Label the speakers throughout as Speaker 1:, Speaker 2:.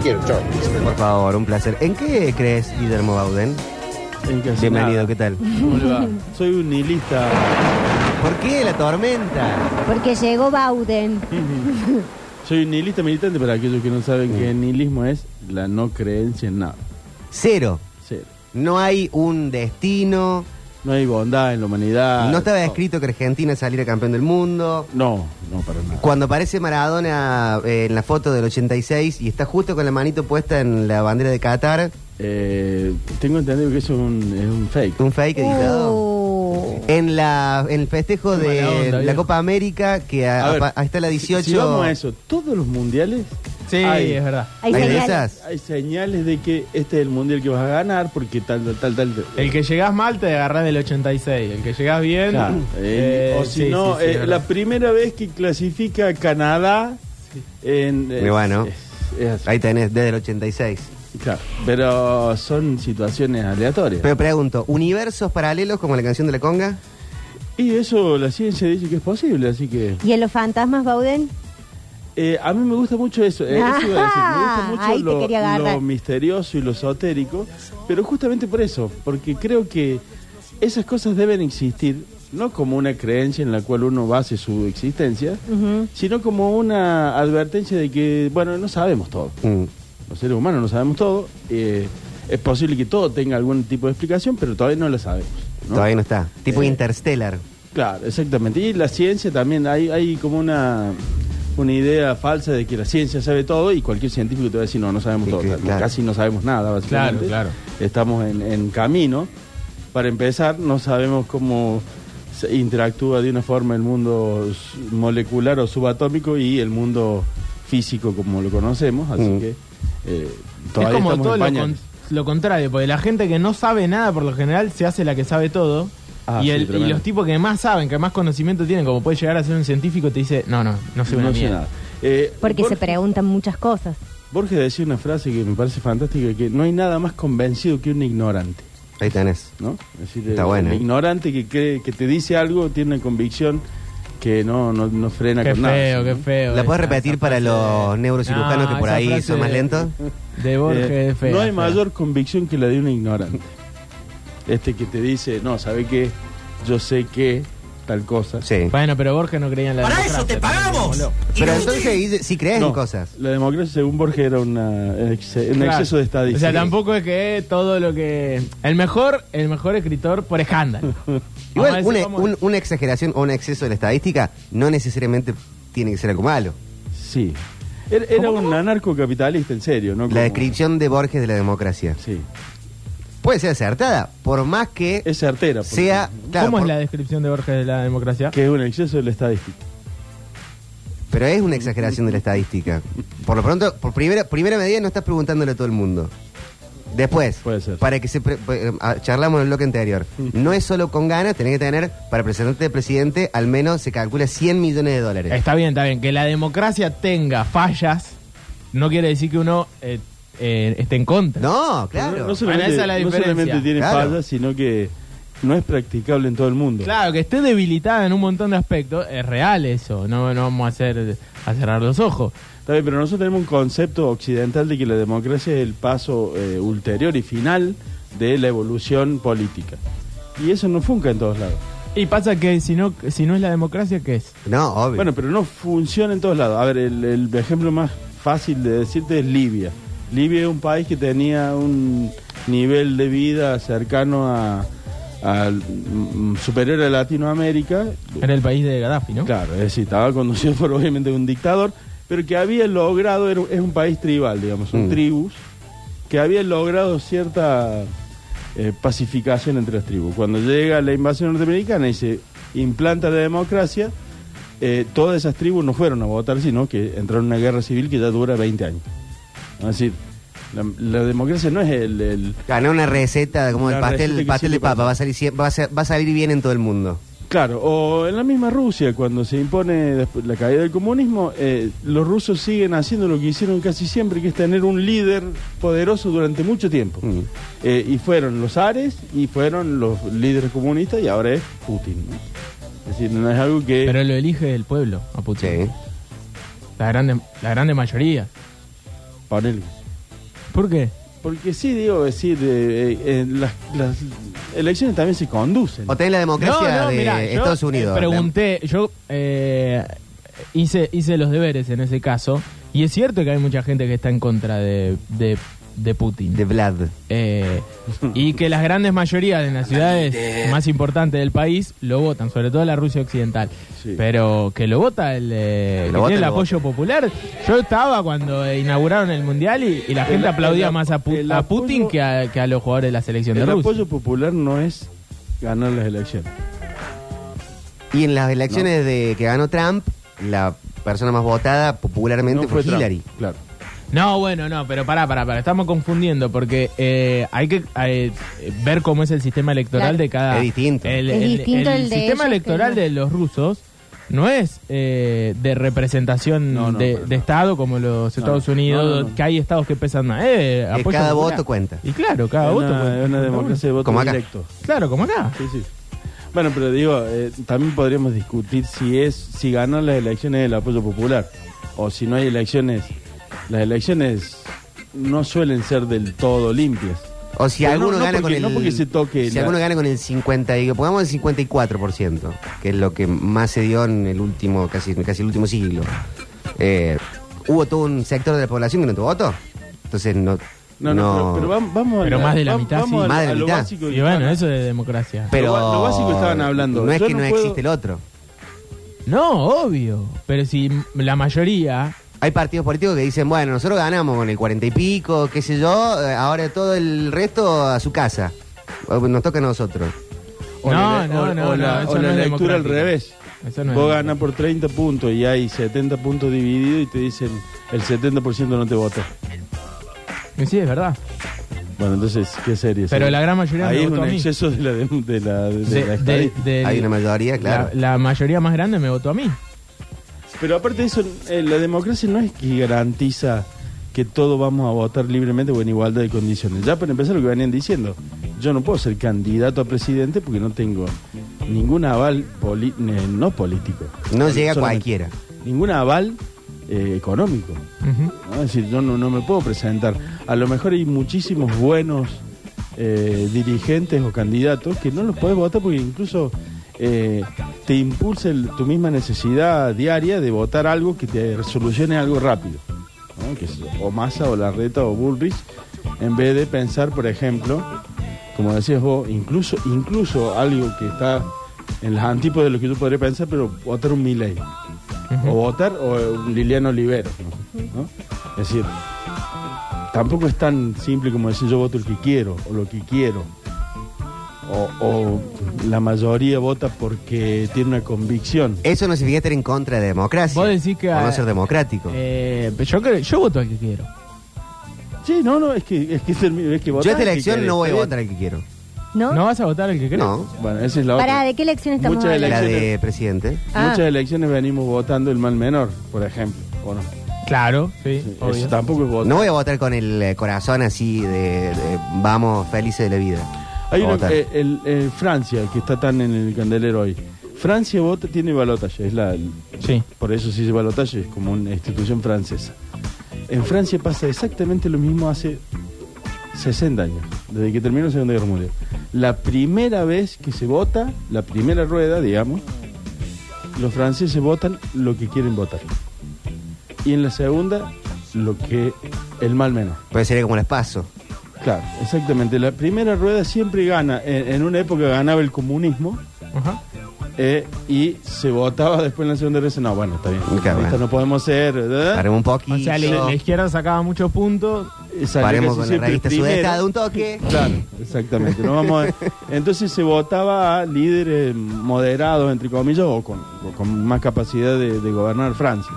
Speaker 1: quiero, chao.
Speaker 2: Por favor, un placer. ¿En qué crees, Guillermo Bauden?
Speaker 3: En que hace
Speaker 2: Bienvenido,
Speaker 3: nada.
Speaker 2: ¿qué tal?
Speaker 3: ¿Cómo le va? Soy un nihilista.
Speaker 2: ¿Por qué la tormenta?
Speaker 4: Porque llegó Bauden.
Speaker 3: Soy un nihilista militante para aquellos que no saben que el nihilismo es la no creencia en nada.
Speaker 2: Cero.
Speaker 3: Cero.
Speaker 2: No hay un destino.
Speaker 3: No hay bondad en la humanidad.
Speaker 2: No estaba escrito que Argentina saliera campeón del mundo.
Speaker 3: No, no, para nada.
Speaker 2: Cuando aparece Maradona eh, en la foto del 86 y está justo con la manito puesta en la bandera de Qatar,
Speaker 3: Eh, tengo entendido que eso es un, es un fake.
Speaker 2: un fake editado.
Speaker 4: Uh,
Speaker 2: En, la, en el festejo
Speaker 3: Qué
Speaker 2: de
Speaker 3: mala onda,
Speaker 2: la
Speaker 3: viejo.
Speaker 2: Copa América, que a-
Speaker 3: A ver,
Speaker 2: apa- ahí está la
Speaker 3: si-
Speaker 2: 18.
Speaker 3: Si vamos a eso, todos los mundiales
Speaker 5: Sí,
Speaker 3: Ay.
Speaker 5: es verdad.
Speaker 4: hay
Speaker 2: ¿Hay de
Speaker 4: señales.
Speaker 2: esas?
Speaker 3: hay señales de que este es el mundial que vas a ganar porque tal, tal, tal, tal.
Speaker 5: El que llegás mal te agarrás del 86. El que llegás bien.
Speaker 3: Claro.
Speaker 5: eh,
Speaker 3: Eh, o si
Speaker 5: sí,
Speaker 3: no,
Speaker 5: sí, sí,
Speaker 3: eh,
Speaker 5: es
Speaker 3: la
Speaker 5: verdad.
Speaker 3: primera vez que clasifica a Canadá en...
Speaker 2: Y bueno.
Speaker 3: es- es así.
Speaker 2: Ahí tenés, desde el 86.
Speaker 3: Claro, pero son situaciones aleatorias.
Speaker 2: Pero pregunto, ¿universos paralelos como la canción de la conga?
Speaker 3: y eso la ciencia dice que es posible, así que...
Speaker 4: ¿Y en los fantasmas, Bauden?
Speaker 3: eh, a mí me gusta mucho eso. eh, eso iba a decir, me gusta
Speaker 4: Ajá,
Speaker 3: mucho
Speaker 4: ahí te
Speaker 3: lo-
Speaker 4: quería agarrar.
Speaker 3: lo misterioso y lo esotérico, pero justamente por eso, porque creo que esas cosas deben existir, no como una creencia en la cual uno base su existencia,
Speaker 4: Ujú.
Speaker 3: sino como una advertencia de que, bueno, no sabemos todo.
Speaker 2: Mm.
Speaker 3: Los seres humanos no sabemos todo. eh, es posible que todo tenga algún tipo de explicación, pero todavía no la sabemos. ¿no?
Speaker 2: Todavía no está. Tipo
Speaker 3: Eh.
Speaker 2: Interstellar.
Speaker 3: Claro, exactamente. Y la ciencia también, hay, hay como una, una idea falsa de que la ciencia sabe todo y cualquier científico te va a decir, no, no sabemos
Speaker 2: Y
Speaker 3: todo.
Speaker 2: que,
Speaker 3: Claro,
Speaker 2: claro.
Speaker 3: Casi no sabemos nada, básicamente.
Speaker 5: Claro, claro.
Speaker 3: Estamos en, en camino. Para empezar, no sabemos cómo se interactúa de una forma el mundo s- molecular o subatómico y el mundo físico como lo conocemos, así
Speaker 2: Mm.
Speaker 3: que eh,
Speaker 5: Es
Speaker 3: todavía
Speaker 5: como
Speaker 3: estamos
Speaker 5: todo
Speaker 3: en
Speaker 5: lo,
Speaker 3: pañales.
Speaker 5: con- lo contrario, porque la gente que no sabe nada por lo general se hace la que sabe todo.
Speaker 3: Ah,
Speaker 5: y,
Speaker 3: sí,
Speaker 5: el- y
Speaker 3: tremendo.
Speaker 5: los tipos que más saben, que más conocimiento tienen, como puede llegar a ser un científico, te dice, no, no, no sé una
Speaker 3: No sé
Speaker 5: mierda".
Speaker 3: nada. Eh,
Speaker 4: Porque se
Speaker 3: Borges-
Speaker 4: preguntan muchas cosas.
Speaker 3: Borges decía una frase que me parece fantástica, que no hay nada más convencido que un ignorante,
Speaker 2: Ahí tenés.
Speaker 3: ¿no? Es decir,
Speaker 2: Está
Speaker 3: el-
Speaker 2: bueno,
Speaker 3: el
Speaker 2: ¿eh?
Speaker 3: ignorante que cree, que te dice algo, tiene una convicción que no, no, no frena
Speaker 5: Qué
Speaker 3: con
Speaker 5: feo,
Speaker 3: nada.
Speaker 5: qué feo.
Speaker 2: ¿La
Speaker 5: puedes
Speaker 2: puedes repetir para los neurocirujanos que por ahí son más lentos?
Speaker 5: De Borges,
Speaker 3: Eh,
Speaker 5: es fea,
Speaker 3: no hay
Speaker 5: fea.
Speaker 3: mayor convicción que la de un ignorante. Este que te dice, no, ¿sabe qué? Yo sé que tal cosa.
Speaker 2: Sí.
Speaker 5: Bueno, pero Borges no creía en la ¡Para eso te pagamos!
Speaker 2: Pero entonces, Guille, si crees
Speaker 3: No,
Speaker 2: en cosas.
Speaker 3: La democracia, según Borges, era una, exe- un exceso de
Speaker 5: O
Speaker 3: estadística.
Speaker 5: sea, tampoco es que todo lo que... El mejor, el mejor escritor por escándalo. Vamos a
Speaker 2: Igual,
Speaker 5: decir,
Speaker 2: una,
Speaker 5: vamos a-
Speaker 2: un- una exageración o un exceso de la estadística no necesariamente tiene que ser algo malo.
Speaker 3: Sí. Era, era un anarcocapitalista, en serio, ¿no?
Speaker 2: La
Speaker 3: Como-
Speaker 2: descripción de Borges de la democracia
Speaker 3: Sí.
Speaker 2: puede ser acertada, por más que
Speaker 3: Es certera. porque-
Speaker 2: sea. claro,
Speaker 5: ¿Cómo es
Speaker 2: por-
Speaker 5: la descripción de Borges de la democracia?
Speaker 3: Que es un exceso de la estadística.
Speaker 2: Pero es una exageración de la estadística. Por lo pronto, por primera, primera medida, no estás preguntándole a todo el mundo. Después,
Speaker 3: Puede ser.
Speaker 2: para que se pre- pre- ah, charlamos en el bloque anterior, no es solo con ganas, tenés que tener, para presentarte de presidente, al menos se calcula 100 millones de dólares.
Speaker 3: Este.
Speaker 5: Está bien, está bien. Que la democracia tenga fallas no quiere decir que uno eh, eh, esté en contra.
Speaker 2: No, claro.
Speaker 3: No, no solamente,
Speaker 5: esa es la
Speaker 3: no
Speaker 5: diferencia.
Speaker 3: solamente tiene
Speaker 2: Claro.
Speaker 3: fallas, sino que no es practicable en todo el mundo.
Speaker 5: Claro, que esté debilitada en un montón de aspectos, es real eso. No, no vamos a, hacer, a cerrar los ojos.
Speaker 3: Está bien, pero nosotros tenemos un concepto occidental de que la democracia es el paso eh, ulterior y final de la evolución política. Y eso no funca en todos lados.
Speaker 5: Y pasa que si no, si no es la democracia, ¿qué es?
Speaker 2: No, obvio.
Speaker 3: Bueno, pero no funciona en todos lados. A ver, el, el ejemplo más fácil de decirte es Libia. Libia es un país que tenía un nivel de vida cercano a, al, mm, superior a Latinoamérica.
Speaker 5: Era el país de Gaddafi, ¿no?
Speaker 3: Claro, es decir, estaba conducido por obviamente un dictador, pero que había logrado, era- es un país tribal, digamos, son
Speaker 2: Mm.
Speaker 3: tribus, que había logrado cierta eh, pacificación entre las tribus. Cuando llega la invasión norteamericana y se implanta la democracia, eh, todas esas tribus no fueron a votar, sino que entraron en una guerra civil que ya dura 20 años. Es decir, la, la democracia no es el- el,
Speaker 2: Gané una receta como
Speaker 3: Una
Speaker 2: el pastel,
Speaker 3: receta que
Speaker 2: pastel de
Speaker 3: sirve para-
Speaker 2: papa, va a, salir, sie- va, a ser- va a salir bien en todo el mundo.
Speaker 3: Claro, o en la misma Rusia, cuando se impone después la caída del comunismo, eh, los rusos siguen haciendo lo que hicieron casi siempre, que es tener un líder poderoso durante mucho tiempo.
Speaker 2: Mm.
Speaker 3: Eh, y fueron los Ares y fueron los líderes comunistas y ahora es Putin. ¿no? Es decir, no es algo que...
Speaker 5: Pero lo elige el pueblo, a Putin.
Speaker 2: Sí.
Speaker 5: La, grande, la grande mayoría.
Speaker 3: Ponele.
Speaker 5: ¿Por qué?
Speaker 3: Porque sí, digo, decir, eh, eh, las, las elecciones también se conducen.
Speaker 2: O tenés la democracia de
Speaker 5: mirá, yo,
Speaker 2: Estados
Speaker 5: eh,
Speaker 2: Unidos.
Speaker 5: pregunté, yo eh, hice, hice los deberes en ese caso, y es cierto que hay mucha gente que está en contra de, de, de Putin.
Speaker 2: De Vlad.
Speaker 5: Eh, y que las grandes mayorías en las ciudades más importantes del país lo votan, sobre todo la Rusia occidental.
Speaker 3: Sí.
Speaker 5: Pero que lo vota el, eh,
Speaker 2: Que lo
Speaker 5: que
Speaker 2: vota,
Speaker 5: tiene el
Speaker 2: lo
Speaker 5: apoyo popular. Yo estaba cuando eh, inauguraron el mundial y, y la gente
Speaker 3: El-
Speaker 5: aplaudía
Speaker 3: el-
Speaker 5: más a, Pu-
Speaker 3: el
Speaker 5: a Putin
Speaker 3: apoyo-
Speaker 5: que a, que a los jugadores de la selección de
Speaker 3: El
Speaker 5: Rusia.
Speaker 3: apoyo popular no es ganar las elecciones.
Speaker 2: Y en las elecciones de que ganó Trump, la persona más votada popularmente
Speaker 3: No
Speaker 2: fue,
Speaker 3: Trump,
Speaker 2: Hillary.
Speaker 3: Claro.
Speaker 5: No, bueno, no, pero pará, pará, pará. Estamos confundiendo porque eh, hay que eh, ver cómo es el sistema electoral
Speaker 4: Claro.
Speaker 5: de cada.
Speaker 2: Es distinto.
Speaker 4: Es distinto el de ellos
Speaker 5: sistema
Speaker 4: que
Speaker 5: electoral
Speaker 4: no.
Speaker 5: de los rusos no es eh, de representación
Speaker 3: No, no,
Speaker 5: de,
Speaker 3: para
Speaker 5: de
Speaker 3: nada.
Speaker 5: Estado como los
Speaker 3: No,
Speaker 5: Estados
Speaker 3: no,
Speaker 5: Unidos,
Speaker 3: no, no, no.
Speaker 5: que hay estados que pesan más. Eh,
Speaker 2: Que
Speaker 5: apoyo
Speaker 2: cada
Speaker 5: popular.
Speaker 2: voto cuenta.
Speaker 5: Y claro, cada
Speaker 3: es
Speaker 5: voto
Speaker 3: una,
Speaker 5: cuenta.
Speaker 3: es una democracia de voto
Speaker 2: Como acá.
Speaker 3: directo.
Speaker 5: Claro, como acá.
Speaker 3: Sí, sí. Bueno, pero digo, eh, también podríamos discutir si es si ganan las elecciones el apoyo popular o si no hay elecciones. Las elecciones no suelen ser del todo limpias.
Speaker 2: O si
Speaker 3: Pero
Speaker 2: alguno
Speaker 3: no- no
Speaker 2: gana con
Speaker 3: porque-
Speaker 2: el.
Speaker 3: no porque se toque
Speaker 2: si
Speaker 3: la-
Speaker 2: alguno gana con el 50, y- pongamos el 54%, que es lo que más se dio en el último, casi, casi el último siglo. Eh, hubo todo un sector de la población que no tuvo voto. Entonces no.
Speaker 3: No, no, pero, pero vam- vamos a
Speaker 5: Pero más de la
Speaker 3: vam-
Speaker 5: mitad,
Speaker 3: vamos
Speaker 5: sí.
Speaker 3: a-
Speaker 2: Más de la
Speaker 3: a lo
Speaker 2: mitad.
Speaker 3: básico
Speaker 5: Y bueno, eso es democracia.
Speaker 2: pero
Speaker 3: lo ba- lo básico estaban hablando.
Speaker 2: No es
Speaker 3: Yo
Speaker 2: que no,
Speaker 3: no puedo-
Speaker 2: existe el otro.
Speaker 5: No, obvio. Pero si la mayoría
Speaker 2: Hay partidos políticos que dicen, bueno, nosotros ganamos con el 40 y pico, qué sé yo, eh, ahora todo el resto a su casa. O- Nos toca a nosotros.
Speaker 3: o
Speaker 5: No,
Speaker 3: la-
Speaker 5: no,
Speaker 3: o-
Speaker 5: no,
Speaker 3: o la,
Speaker 5: no, eso
Speaker 3: o la
Speaker 5: no es
Speaker 3: lectura al
Speaker 5: democrático.
Speaker 3: revés.
Speaker 5: Eso no es
Speaker 3: Vos ganas por 30 puntos y hay 70 puntos divididos y te dicen el 70% no te vota.
Speaker 5: Y Eh, Sí, es verdad.
Speaker 3: Bueno, entonces, ¿qué serie? es
Speaker 5: Pero
Speaker 3: esa?
Speaker 5: la gran mayoría
Speaker 3: Ahí
Speaker 5: me
Speaker 3: es
Speaker 5: votó
Speaker 3: un
Speaker 5: a mí.
Speaker 3: exceso de la, de, de la, de la
Speaker 5: De- de-
Speaker 3: estadística.
Speaker 5: del-
Speaker 2: Hay una mayoría, claro.
Speaker 5: La, la mayoría más grande me votó a mí.
Speaker 3: Pero aparte de eso, eh, la democracia no es que garantiza que todos vamos a votar libremente o en igualdad de condiciones. Ya para empezar lo que venían diciendo, yo no puedo ser candidato a presidente porque no tengo ningún aval poli- eh, no político.
Speaker 2: No llega
Speaker 3: Solamente-
Speaker 2: cualquiera.
Speaker 3: Ningún aval eh, económico.
Speaker 5: Ujú.
Speaker 3: ¿no? Es decir, yo no, no me puedo presentar. A lo mejor hay muchísimos buenos eh, dirigentes o candidatos que no los podés votar porque incluso eh, te impulsa el- tu misma necesidad diaria de votar algo que te solucione algo rápido. ¿no? Que es o Massa o Larreta o Bullrich, en vez de pensar, por ejemplo, como decías vos, incluso, incluso algo que está en las antípodas de lo que yo podría pensar, pero votar un Milley o votar o eh, un Liliano Olivero. ¿no? ¿No? Es decir, tampoco es tan simple como decir yo voto el que quiero o lo que quiero. O, o la mayoría vota porque tiene una convicción.
Speaker 2: Eso no significa estar en contra de la democracia.
Speaker 5: Vos decís que,
Speaker 2: Por no
Speaker 5: eh,
Speaker 2: ser democrático.
Speaker 5: Eh, pero yo, creo- yo voto al que quiero.
Speaker 3: Sí, no, no, es que, es que, es el- es que
Speaker 2: Yo
Speaker 3: votar
Speaker 2: esta
Speaker 3: es que
Speaker 2: elección
Speaker 3: querés,
Speaker 2: no voy a
Speaker 3: está
Speaker 2: votar al que quiero.
Speaker 4: ¿No?
Speaker 5: ¿No vas a votar al que crees?
Speaker 2: No.
Speaker 3: bien. Bueno, esa es la
Speaker 4: Pará,
Speaker 3: otra.
Speaker 4: ¿de qué elección estamos
Speaker 3: Muchas
Speaker 4: hablando?
Speaker 2: La de
Speaker 3: Elecciones.
Speaker 2: presidente.
Speaker 4: Ah.
Speaker 3: Muchas elecciones venimos votando el mal menor, por ejemplo. ¿o no?
Speaker 5: Claro, sí, obvio.
Speaker 3: Eso tampoco es votar.
Speaker 2: No voy a votar con el eh, corazón así de, de, vamos felices de la vida.
Speaker 3: Hay
Speaker 2: Voy a
Speaker 3: una-
Speaker 2: votar.
Speaker 3: eh, el- eh, Francia, que está tan en el candelero hoy. Francia vota, tiene balotaje, es la,
Speaker 5: Sí.
Speaker 3: por eso se dice balotaje, es como una institución francesa. En Francia pasa exactamente lo mismo hace 60 años, desde que terminó la Segunda Guerra Mundial. La primera vez que se vota, la primera rueda, digamos, los franceses votan lo que quieren votar. Y en la segunda, lo que el mal menor.
Speaker 2: Puede ser como las paso.
Speaker 3: Claro, exactamente. La primera rueda siempre gana. En, en una época ganaba el comunismo
Speaker 5: Ajá.
Speaker 3: eh, y se votaba después en la segunda rueda. No, bueno, está bien.
Speaker 2: Qué bueno.
Speaker 3: Esto no podemos ser. ¿eh? ¿verdad?
Speaker 2: Paremos un poquito.
Speaker 5: O sea, la, la izquierda sacaba muchos puntos.
Speaker 3: Eh, salió
Speaker 2: Paremos
Speaker 3: casi
Speaker 2: con la
Speaker 3: siempre
Speaker 2: revista
Speaker 3: primero.
Speaker 2: sudestada un toque.
Speaker 3: Claro, exactamente. No vamos a- Entonces se votaba a líderes moderados, entre comillas, o con, o con más capacidad de, de gobernar Francia.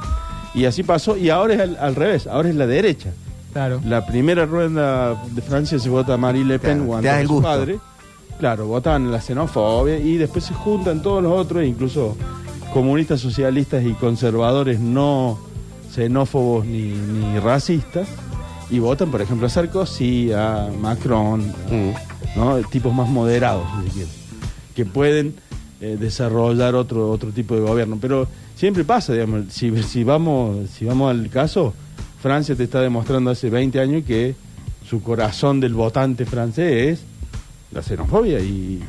Speaker 3: Y así pasó. Y ahora es al- al revés. Ahora es la derecha.
Speaker 5: Claro.
Speaker 3: La primera rueda de Francia se vota a Marie Le Pen
Speaker 2: Claro,
Speaker 3: o a
Speaker 2: te da el
Speaker 3: su
Speaker 2: gusto.
Speaker 3: padre. Claro, votaban la xenofobia y después se juntan todos los otros, incluso comunistas, socialistas y conservadores no xenófobos ni, ni racistas, y votan, por ejemplo, a Sarkozy, a Macron, a-
Speaker 2: Mm.
Speaker 3: ¿no? tipos más moderados, si se quiere, que pueden eh, desarrollar otro otro tipo de gobierno. Pero siempre pasa, digamos, si, si vamos si vamos al caso, Francia te está demostrando hace 20 años que su corazón del votante francés es la xenofobia y,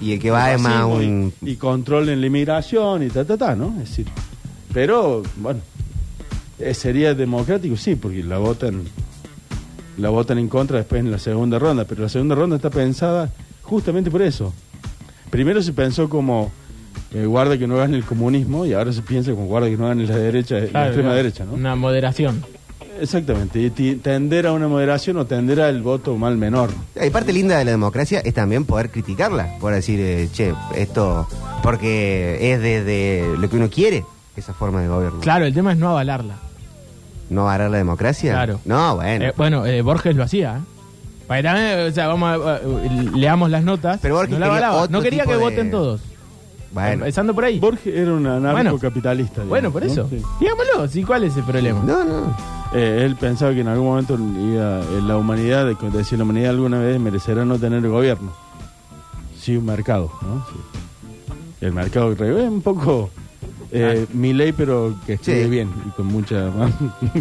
Speaker 2: Y el que va es más
Speaker 3: racismo y-
Speaker 2: un...
Speaker 3: y, control en la inmigración y ta, ta, ta, ¿no? Es decir, pero, bueno, eh, sería democrático, sí, porque la votan la votan en contra después en la segunda ronda, pero la segunda ronda está pensada justamente por eso. Primero se pensó como eh, guarda que no gane el comunismo y ahora se piensa como guarda que no gane la derecha, la
Speaker 5: Claro,
Speaker 3: extrema
Speaker 5: claro.
Speaker 3: derecha, ¿no?
Speaker 5: Una moderación.
Speaker 3: Exactamente, y ti- tender a una moderación o tender al voto mal menor.
Speaker 2: Y parte linda de la democracia es también poder criticarla, por decir, eh, che, esto, porque es desde lo que uno quiere, esa forma de gobierno.
Speaker 5: Claro, el tema es no avalarla.
Speaker 2: ¿No varar la democracia?
Speaker 5: Claro.
Speaker 2: No, bueno.
Speaker 5: Eh, bueno, eh, Borges lo hacía. ¿eh? Para, eh, o sea, vamos a- eh, leamos las notas.
Speaker 2: Pero Borges
Speaker 5: no, la
Speaker 2: quería
Speaker 5: avalaba.
Speaker 2: otro
Speaker 5: no quería
Speaker 2: tipo
Speaker 5: que
Speaker 2: de-
Speaker 5: voten todos.
Speaker 2: bueno.
Speaker 5: Empezando por ahí.
Speaker 3: Borges era un anarcocapitalista. digamos,
Speaker 5: bueno, por
Speaker 3: ¿no?
Speaker 5: eso.
Speaker 3: Sí.
Speaker 5: Digámoslo, sí, ¿cuál es el problema?
Speaker 2: No, no.
Speaker 3: Eh, él pensaba que en algún momento iba- eh, la humanidad, de- cuando decía la humanidad alguna vez merecerá no tener gobierno. Sí, un mercado, ¿no? Sí. El mercado creo, es un poco eh,
Speaker 5: Ah.
Speaker 3: mi ley, pero que esté
Speaker 2: Sí.
Speaker 3: bien y con mucha más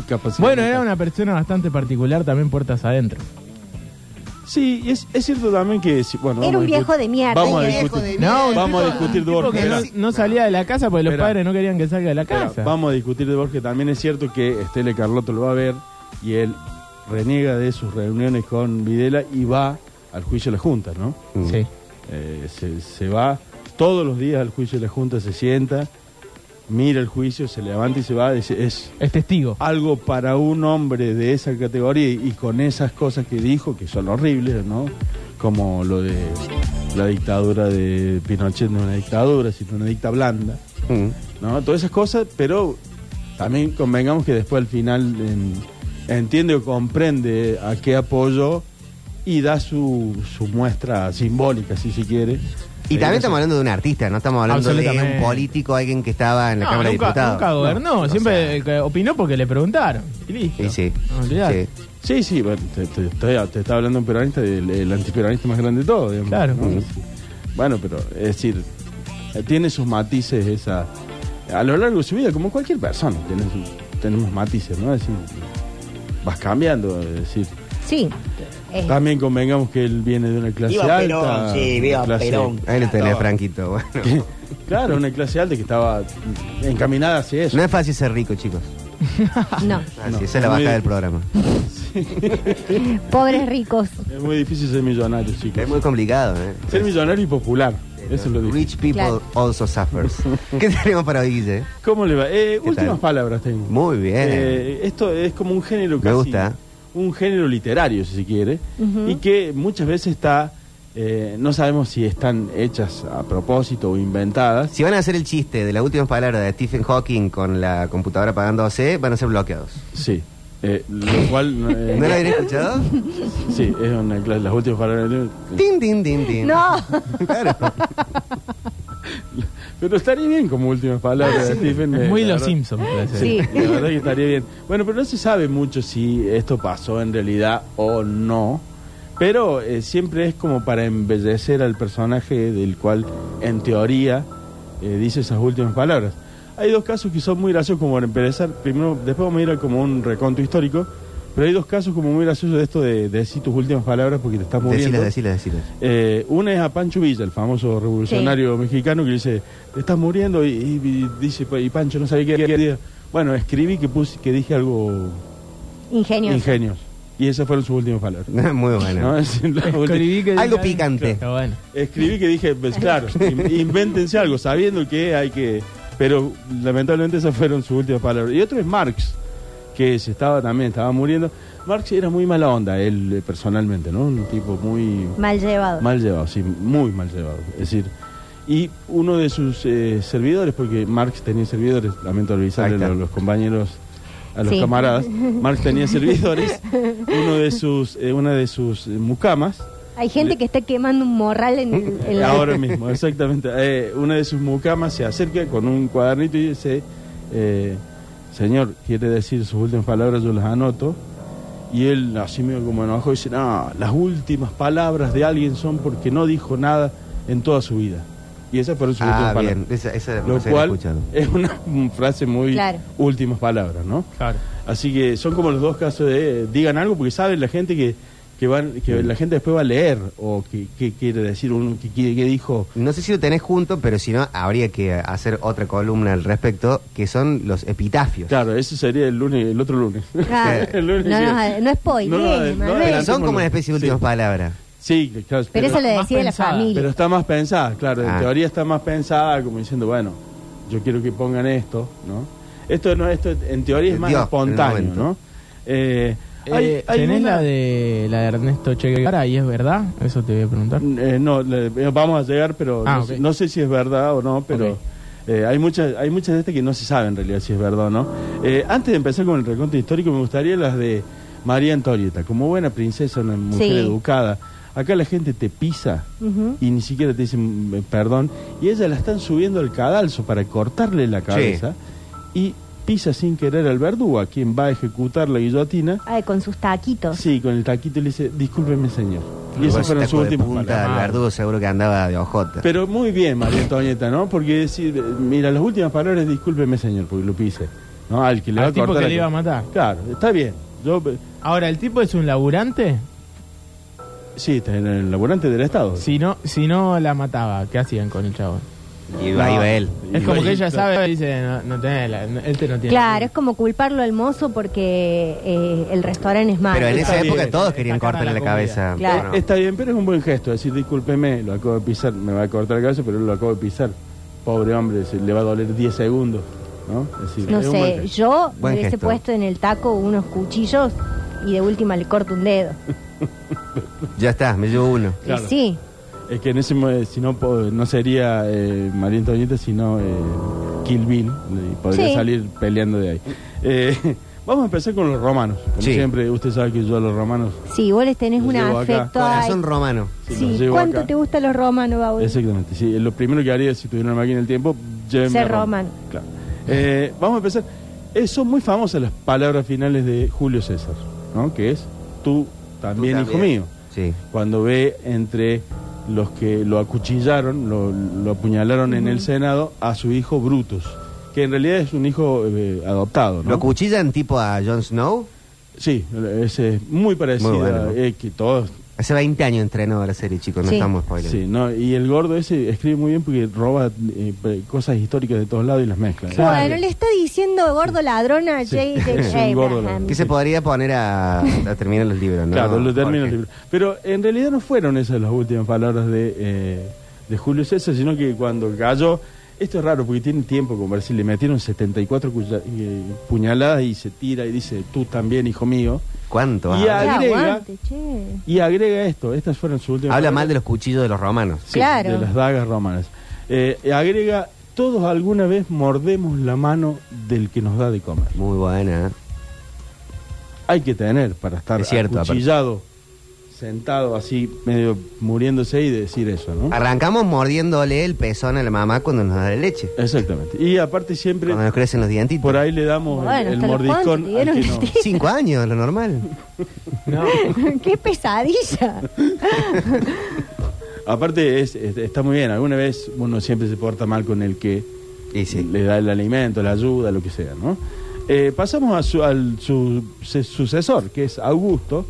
Speaker 3: capacidad.
Speaker 5: Bueno, era una persona bastante particular también puertas adentro.
Speaker 3: Sí, y es, es cierto también que... si- bueno,
Speaker 4: Era
Speaker 3: vamos
Speaker 4: un
Speaker 3: a
Speaker 4: viejo
Speaker 3: discut-
Speaker 4: de mierda.
Speaker 3: Vamos a
Speaker 2: Viejo
Speaker 3: discutir.
Speaker 2: de
Speaker 5: No, un
Speaker 3: Vamos a
Speaker 5: tipo-
Speaker 3: discutir de
Speaker 5: un tipo
Speaker 3: Borges.
Speaker 5: que
Speaker 3: pero-
Speaker 5: no, no salía de la casa porque los
Speaker 3: Espera.
Speaker 5: padres no querían que salga de la
Speaker 3: Pero
Speaker 5: casa.
Speaker 3: vamos a discutir de Borges. También es cierto que Estela Carlotto lo va a ver y él reniega de sus reuniones con Videla y va al juicio de la Junta, ¿no?
Speaker 5: Sí.
Speaker 3: Eh, se, se va todos los días al juicio de la Junta, se sienta, mira el juicio, se levanta y se va. Dice, es
Speaker 5: Es
Speaker 2: Ah,
Speaker 5: testigo.
Speaker 3: algo para un hombre de esa categoría y con esas cosas que dijo, que son horribles, ¿no? Como lo de la dictadura de Pinochet, no una dictadura, sino una dicta blanda.
Speaker 2: Mm.
Speaker 3: ¿no? Todas esas cosas, pero también convengamos que después al final en- entiende o comprende a qué apoyo y da su, su muestra simbólica, si se quiere.
Speaker 2: Y
Speaker 3: Eh,
Speaker 2: también
Speaker 3: no sé.
Speaker 2: estamos hablando de un artista, no estamos hablando de
Speaker 5: Absolutamente.
Speaker 2: un político, alguien que estaba en la
Speaker 5: No,
Speaker 2: Cámara
Speaker 5: nunca,
Speaker 2: de Diputados.
Speaker 5: nunca gobernó,
Speaker 2: No, o
Speaker 5: siempre
Speaker 2: sea,
Speaker 5: eh, que opinó porque le preguntaron. Y listo.
Speaker 2: y sí.
Speaker 5: No, olvidate.
Speaker 2: sí.
Speaker 3: Sí, sí, bueno, te, te, estoy- te estaba hablando un peronista, el, el antiperonista más grande de todos. digamos,
Speaker 5: Claro.
Speaker 3: ¿no? Bueno, pero es decir, eh, tiene sus matices esa... A lo largo de su vida, como cualquier persona, tiene su- tenemos matices, ¿no? Es decir, vas cambiando, es decir...
Speaker 4: Sí. Eh,
Speaker 3: También convengamos que él viene de una clase
Speaker 1: Viva
Speaker 3: alta.
Speaker 1: Perón, sí, viva
Speaker 3: una clase-
Speaker 1: Perón.
Speaker 2: Ahí lo tenés,
Speaker 1: Claro.
Speaker 2: Franquito. bueno.
Speaker 3: Claro, una clase alta que estaba encaminada hacia eso.
Speaker 2: No es fácil ser rico, chicos.
Speaker 5: Ah.
Speaker 4: no.
Speaker 2: Así,
Speaker 3: No.
Speaker 2: esa es la
Speaker 3: Muy
Speaker 2: baja del
Speaker 3: difícil.
Speaker 2: programa.
Speaker 4: Pobres ricos.
Speaker 3: Es muy difícil ser millonario, chicos.
Speaker 2: Es muy complicado, ¿eh?
Speaker 3: Ser millonario y popular. Eso es lo difícil.
Speaker 2: Rich people
Speaker 4: Claro.
Speaker 2: also suffers. ¿Qué tenemos para hoy, Guille?
Speaker 3: ¿Cómo le va? Eh,
Speaker 2: ¿Qué
Speaker 3: últimas
Speaker 2: tal?
Speaker 3: palabras tengo.
Speaker 2: Muy bien.
Speaker 3: Eh, esto es como un género casi.
Speaker 2: gusta.
Speaker 3: Un género literario, si se quiere. Y que muchas veces está. eh, no sabemos si están hechas a propósito o inventadas.
Speaker 2: Si van a hacer el chiste de las últimas palabras de Stephen Hawking con la computadora pagándose, van a ser bloqueados.
Speaker 3: Sí. Eh, lo cual. eh,
Speaker 2: ¿No lo habían escuchado?
Speaker 3: Sí, es una clase. Las últimas palabras.
Speaker 2: Tin, tin, tin, tin.
Speaker 4: No.
Speaker 2: Claro.
Speaker 3: Pero estaría bien como últimas palabras, Stephen. eh,
Speaker 5: Muy
Speaker 3: la
Speaker 5: los
Speaker 3: verdad.
Speaker 5: Simpsons. parece.
Speaker 4: Sí.
Speaker 3: La verdad que estaría bien. Bueno, pero no se sabe mucho si esto pasó en realidad o no. Pero eh, siempre es como para embellecer al personaje del cual, en teoría, eh, dice esas últimas palabras. Hay dos casos que son muy graciosos como para empezar. Primero, después vamos a ir a como un reconto histórico. Pero hay dos casos como muy graciosos de esto de, de decir tus últimas palabras porque te estás muriendo.
Speaker 2: Decilas, decilas, decilas.
Speaker 3: Eh, una es a Pancho Villa, el famoso revolucionario mexicano que dice, te estás muriendo y, y- y dice, y Pancho no sabía qué qué quería. Bueno, escribí que puse, que dije algo
Speaker 4: Ingenio.
Speaker 3: ingenios. Y esas fueron sus últimas palabras.
Speaker 2: Muy bueno.
Speaker 3: ¿no? Es la última-
Speaker 5: Escribí que
Speaker 2: Algo
Speaker 5: diga-
Speaker 2: picante.
Speaker 5: Está bueno.
Speaker 3: Escribí que dije, pues claro, in- invéntense algo, sabiendo que hay que... Pero lamentablemente esas fueron sus últimas palabras. Y otro es Marx, que se estaba también, estaba muriendo. Marx era muy mala onda, él eh, personalmente, ¿no? Un tipo muy...
Speaker 4: Mal llevado.
Speaker 3: Mal llevado, sí, muy mal llevado. Es decir, y uno de sus eh, servidores, porque Marx tenía servidores, lamento avisarle
Speaker 2: Ahí está.
Speaker 3: a los compañeros, a los
Speaker 4: Sí.
Speaker 3: camaradas, Marx tenía servidores, uno de sus, eh, una de sus eh, mucamas,
Speaker 4: Hay gente que está quemando un morral en, en la-
Speaker 3: ahora mismo, exactamente, eh, una de sus mucamas se acerca con un cuadernito y dice, eh, señor, quiere decir sus últimas palabras, yo las anoto. Y él, así medio como enojado, dice, no, las últimas palabras de alguien son porque no dijo nada en toda su vida. Y esa fueron sus
Speaker 2: Ah,
Speaker 3: últimas palabras.
Speaker 2: bien. Esa, esa no
Speaker 3: Lo
Speaker 2: se había
Speaker 3: cual
Speaker 2: escuchado.
Speaker 3: es una frase muy
Speaker 4: Claro.
Speaker 3: últimas palabras, ¿no?
Speaker 5: Claro.
Speaker 3: Así que son como los dos casos de eh, digan algo porque sabe la gente que, que van que la gente después va a leer o que, que quiere decir uno que, quiere- que dijo
Speaker 2: No sé si lo tenés junto, pero si no, habría que hacer otra columna al respecto, que son los epitafios.
Speaker 3: claro eso sería el lunes el otro lunes
Speaker 4: Ah,
Speaker 3: El
Speaker 4: no,
Speaker 3: lunes
Speaker 4: no,
Speaker 3: siguiente.
Speaker 4: no spoilees,
Speaker 3: No, no, no,
Speaker 4: Manuel.
Speaker 2: Que
Speaker 3: adelante.
Speaker 2: son como una especie de
Speaker 3: Sí.
Speaker 2: últimas palabras.
Speaker 3: sí claro,
Speaker 4: Pero eso
Speaker 5: Pero
Speaker 4: le
Speaker 5: más
Speaker 4: decía la
Speaker 5: pensada,
Speaker 4: familia.
Speaker 3: Pero está más pensada, claro. En
Speaker 2: Ah.
Speaker 3: teoría está más pensada como diciendo, bueno, yo quiero que pongan esto, ¿no? Esto no, esto en teoría es más
Speaker 2: Dios, en
Speaker 3: espontáneo,
Speaker 2: el momento.
Speaker 3: ¿no? Eh,
Speaker 5: Eh, ¿Tenés
Speaker 3: una-
Speaker 5: la de, la de Ernesto Che Guevara y es verdad? Eso te voy a preguntar.
Speaker 3: Eh, no, le- eh, vamos a llegar, pero
Speaker 5: Ah,
Speaker 3: no,
Speaker 5: ok.
Speaker 3: sé, no sé si es verdad o no, pero
Speaker 5: Ok.
Speaker 3: eh, hay muchas hay muchas de estas que no se sabe en realidad si es verdad o no. Eh, antes de empezar con el recuento histórico, me gustaría las de María Antonieta. Como buena princesa, una mujer
Speaker 4: Sí.
Speaker 3: educada, acá la gente te pisa
Speaker 4: Ujú.
Speaker 3: y ni siquiera te dicen mm, perdón. Y ella la están subiendo al cadalso para cortarle la cabeza y pisa sin querer al verdugo, a quien va a ejecutar la guillotina.
Speaker 4: Ay, con sus taquitos.
Speaker 3: Sí, con el taquito y le dice, discúlpeme señor. Y
Speaker 2: Igual
Speaker 3: esas
Speaker 2: ese
Speaker 3: fueron
Speaker 2: taco
Speaker 3: sus
Speaker 2: de
Speaker 3: últimas
Speaker 2: punta,
Speaker 3: palabras.
Speaker 2: El verdugo seguro que andaba de ojota.
Speaker 3: Pero muy bien, María Antonieta, ¿no? Porque decir, eh, mira, las últimas palabras, discúlpeme, señor, porque lo pise. ¿No? Al que le
Speaker 5: Al
Speaker 3: va a
Speaker 5: tipo
Speaker 3: cortar
Speaker 5: que
Speaker 3: la
Speaker 5: le iba a
Speaker 3: cabeza.
Speaker 5: matar.
Speaker 3: Claro, está bien. Yo, eh,
Speaker 5: Ahora, ¿el tipo es un laburante?
Speaker 3: sí, está en el laborante del Estado. Eh,
Speaker 5: Si no, si no la mataba, ¿qué hacían con el chabón?
Speaker 2: Y ahí va él.
Speaker 3: Y
Speaker 5: Es como
Speaker 3: ahí,
Speaker 5: que ella
Speaker 3: claro.
Speaker 5: sabe y dice, no, no tenés la- no- este no tiene.
Speaker 4: Claro, es como culparlo al mozo porque eh, el restaurante es malo.
Speaker 2: Pero en
Speaker 5: Ah, está
Speaker 2: esa
Speaker 5: bien.
Speaker 2: época todos querían
Speaker 5: Sacaron
Speaker 2: cortarle
Speaker 5: la
Speaker 2: la
Speaker 5: comida.
Speaker 2: cabeza.
Speaker 4: Claro.
Speaker 2: ¿no?
Speaker 3: Eh, Está bien, pero es un buen gesto. Decir, discúlpeme, lo acabo de pisar, me va a cortar la cabeza, pero lo acabo de pisar. Pobre hombre, se le va a doler 10 segundos. ¿No? Es decir,
Speaker 4: No
Speaker 3: es un buen
Speaker 4: sé,
Speaker 3: gesto.
Speaker 4: yo
Speaker 2: Buen
Speaker 4: hubiese
Speaker 2: gesto.
Speaker 4: puesto en el taco unos cuchillos y de última le corto un dedo.
Speaker 2: Ya está, me llevo uno.
Speaker 3: Claro.
Speaker 4: Y sí,
Speaker 3: Es que en ese mo- eh, si no, po- no sería eh, María Antonieta, sino eh, Kill Bill. Y podría
Speaker 4: Sí.
Speaker 3: salir peleando de ahí. Eh, vamos a empezar con los romanos. Como
Speaker 2: Sí.
Speaker 3: siempre, usted sabe que yo a los romanos.
Speaker 4: sí, vos les tenés
Speaker 3: Los
Speaker 4: un
Speaker 3: llevo acá.
Speaker 4: afecto. ay,
Speaker 2: Corazón romano.
Speaker 3: si
Speaker 4: sí,
Speaker 3: los llevo
Speaker 4: ¿cuánto
Speaker 3: acá-
Speaker 4: te gustan los romanos, Baúl?
Speaker 3: Exactamente, sí. Lo primero que haría si tuviera una máquina del tiempo, llévenme
Speaker 4: Ser
Speaker 3: a Roma.
Speaker 4: romano.
Speaker 3: Claro. Eh, vamos a empezar. Eh, son muy famosas las palabras finales de Julio César, ¿no? Que es tú también, hijo
Speaker 2: también.
Speaker 3: mío.
Speaker 2: Sí.
Speaker 3: cuando ve entre los que lo acuchillaron, lo, lo apuñalaron en el Senado, a su hijo Brutus, que en realidad es un hijo eh, adoptado, ¿no?
Speaker 2: ¿Lo cuchillan tipo a Jon Snow?
Speaker 3: sí, ese es muy parecido,
Speaker 2: Muy bueno, ¿no?
Speaker 3: eh, que todos...
Speaker 2: Hace 20 años entrenó la serie, chicos, no
Speaker 4: Sí.
Speaker 2: estamos spoilers.
Speaker 3: Sí, no, y el gordo ese escribe muy bien porque roba eh, pe- cosas históricas de todos lados y las mezcla.
Speaker 5: Claro.
Speaker 4: Bueno, le está diciendo gordo ladrón a
Speaker 3: Sí. Es
Speaker 4: J.J.
Speaker 3: un gordo
Speaker 4: Abraham.
Speaker 3: ladrón.
Speaker 2: Que se podría poner a, a terminar los libros, ¿no?
Speaker 3: Claro, lo termino
Speaker 2: Porque-
Speaker 3: el libro. Pero en realidad no fueron esas las últimas palabras de, eh, de Julio César, sino que cuando cayó, esto es raro porque tiene tiempo como decir, le metieron 74 cuya- eh, puñaladas y se tira y dice, tú también, hijo mío.
Speaker 2: ¿Cuánto?
Speaker 3: Y
Speaker 2: habla?
Speaker 4: Che,
Speaker 3: agrega-
Speaker 4: aguante, che.
Speaker 3: Y agrega esto, estas fueron sus últimas
Speaker 2: Habla
Speaker 3: palabras.
Speaker 2: mal de los cuchillos de los romanos.
Speaker 3: Sí,
Speaker 4: Claro.
Speaker 3: de las dagas romanas. Eh, y agrega, todos alguna vez mordemos la mano del que nos da de comer.
Speaker 2: Muy buena. ¿eh?
Speaker 3: hay que tener para estar
Speaker 2: Es cierto,
Speaker 3: acuchillado, sentado así, medio muriéndose y decir eso, ¿no?
Speaker 2: Arrancamos mordiéndole el pezón a la mamá cuando nos da la leche.
Speaker 3: Exactamente. Y aparte siempre
Speaker 2: Cuando nos crecen los dientitos.
Speaker 3: por ahí le damos
Speaker 4: Bueno,
Speaker 3: el, el
Speaker 4: hasta los
Speaker 3: mordiscón
Speaker 4: Ponzi dieron
Speaker 3: al que
Speaker 4: el
Speaker 3: no.
Speaker 4: tiro.
Speaker 2: Cinco años, lo normal.
Speaker 5: No.
Speaker 4: ¡Qué pesadilla!
Speaker 3: Aparte es, es- está muy bien, alguna vez uno siempre se porta mal con el que
Speaker 2: Y sí.
Speaker 3: le da el alimento, la ayuda, lo que sea, ¿no? Eh, pasamos a su- al su, se- sucesor, que es Augusto,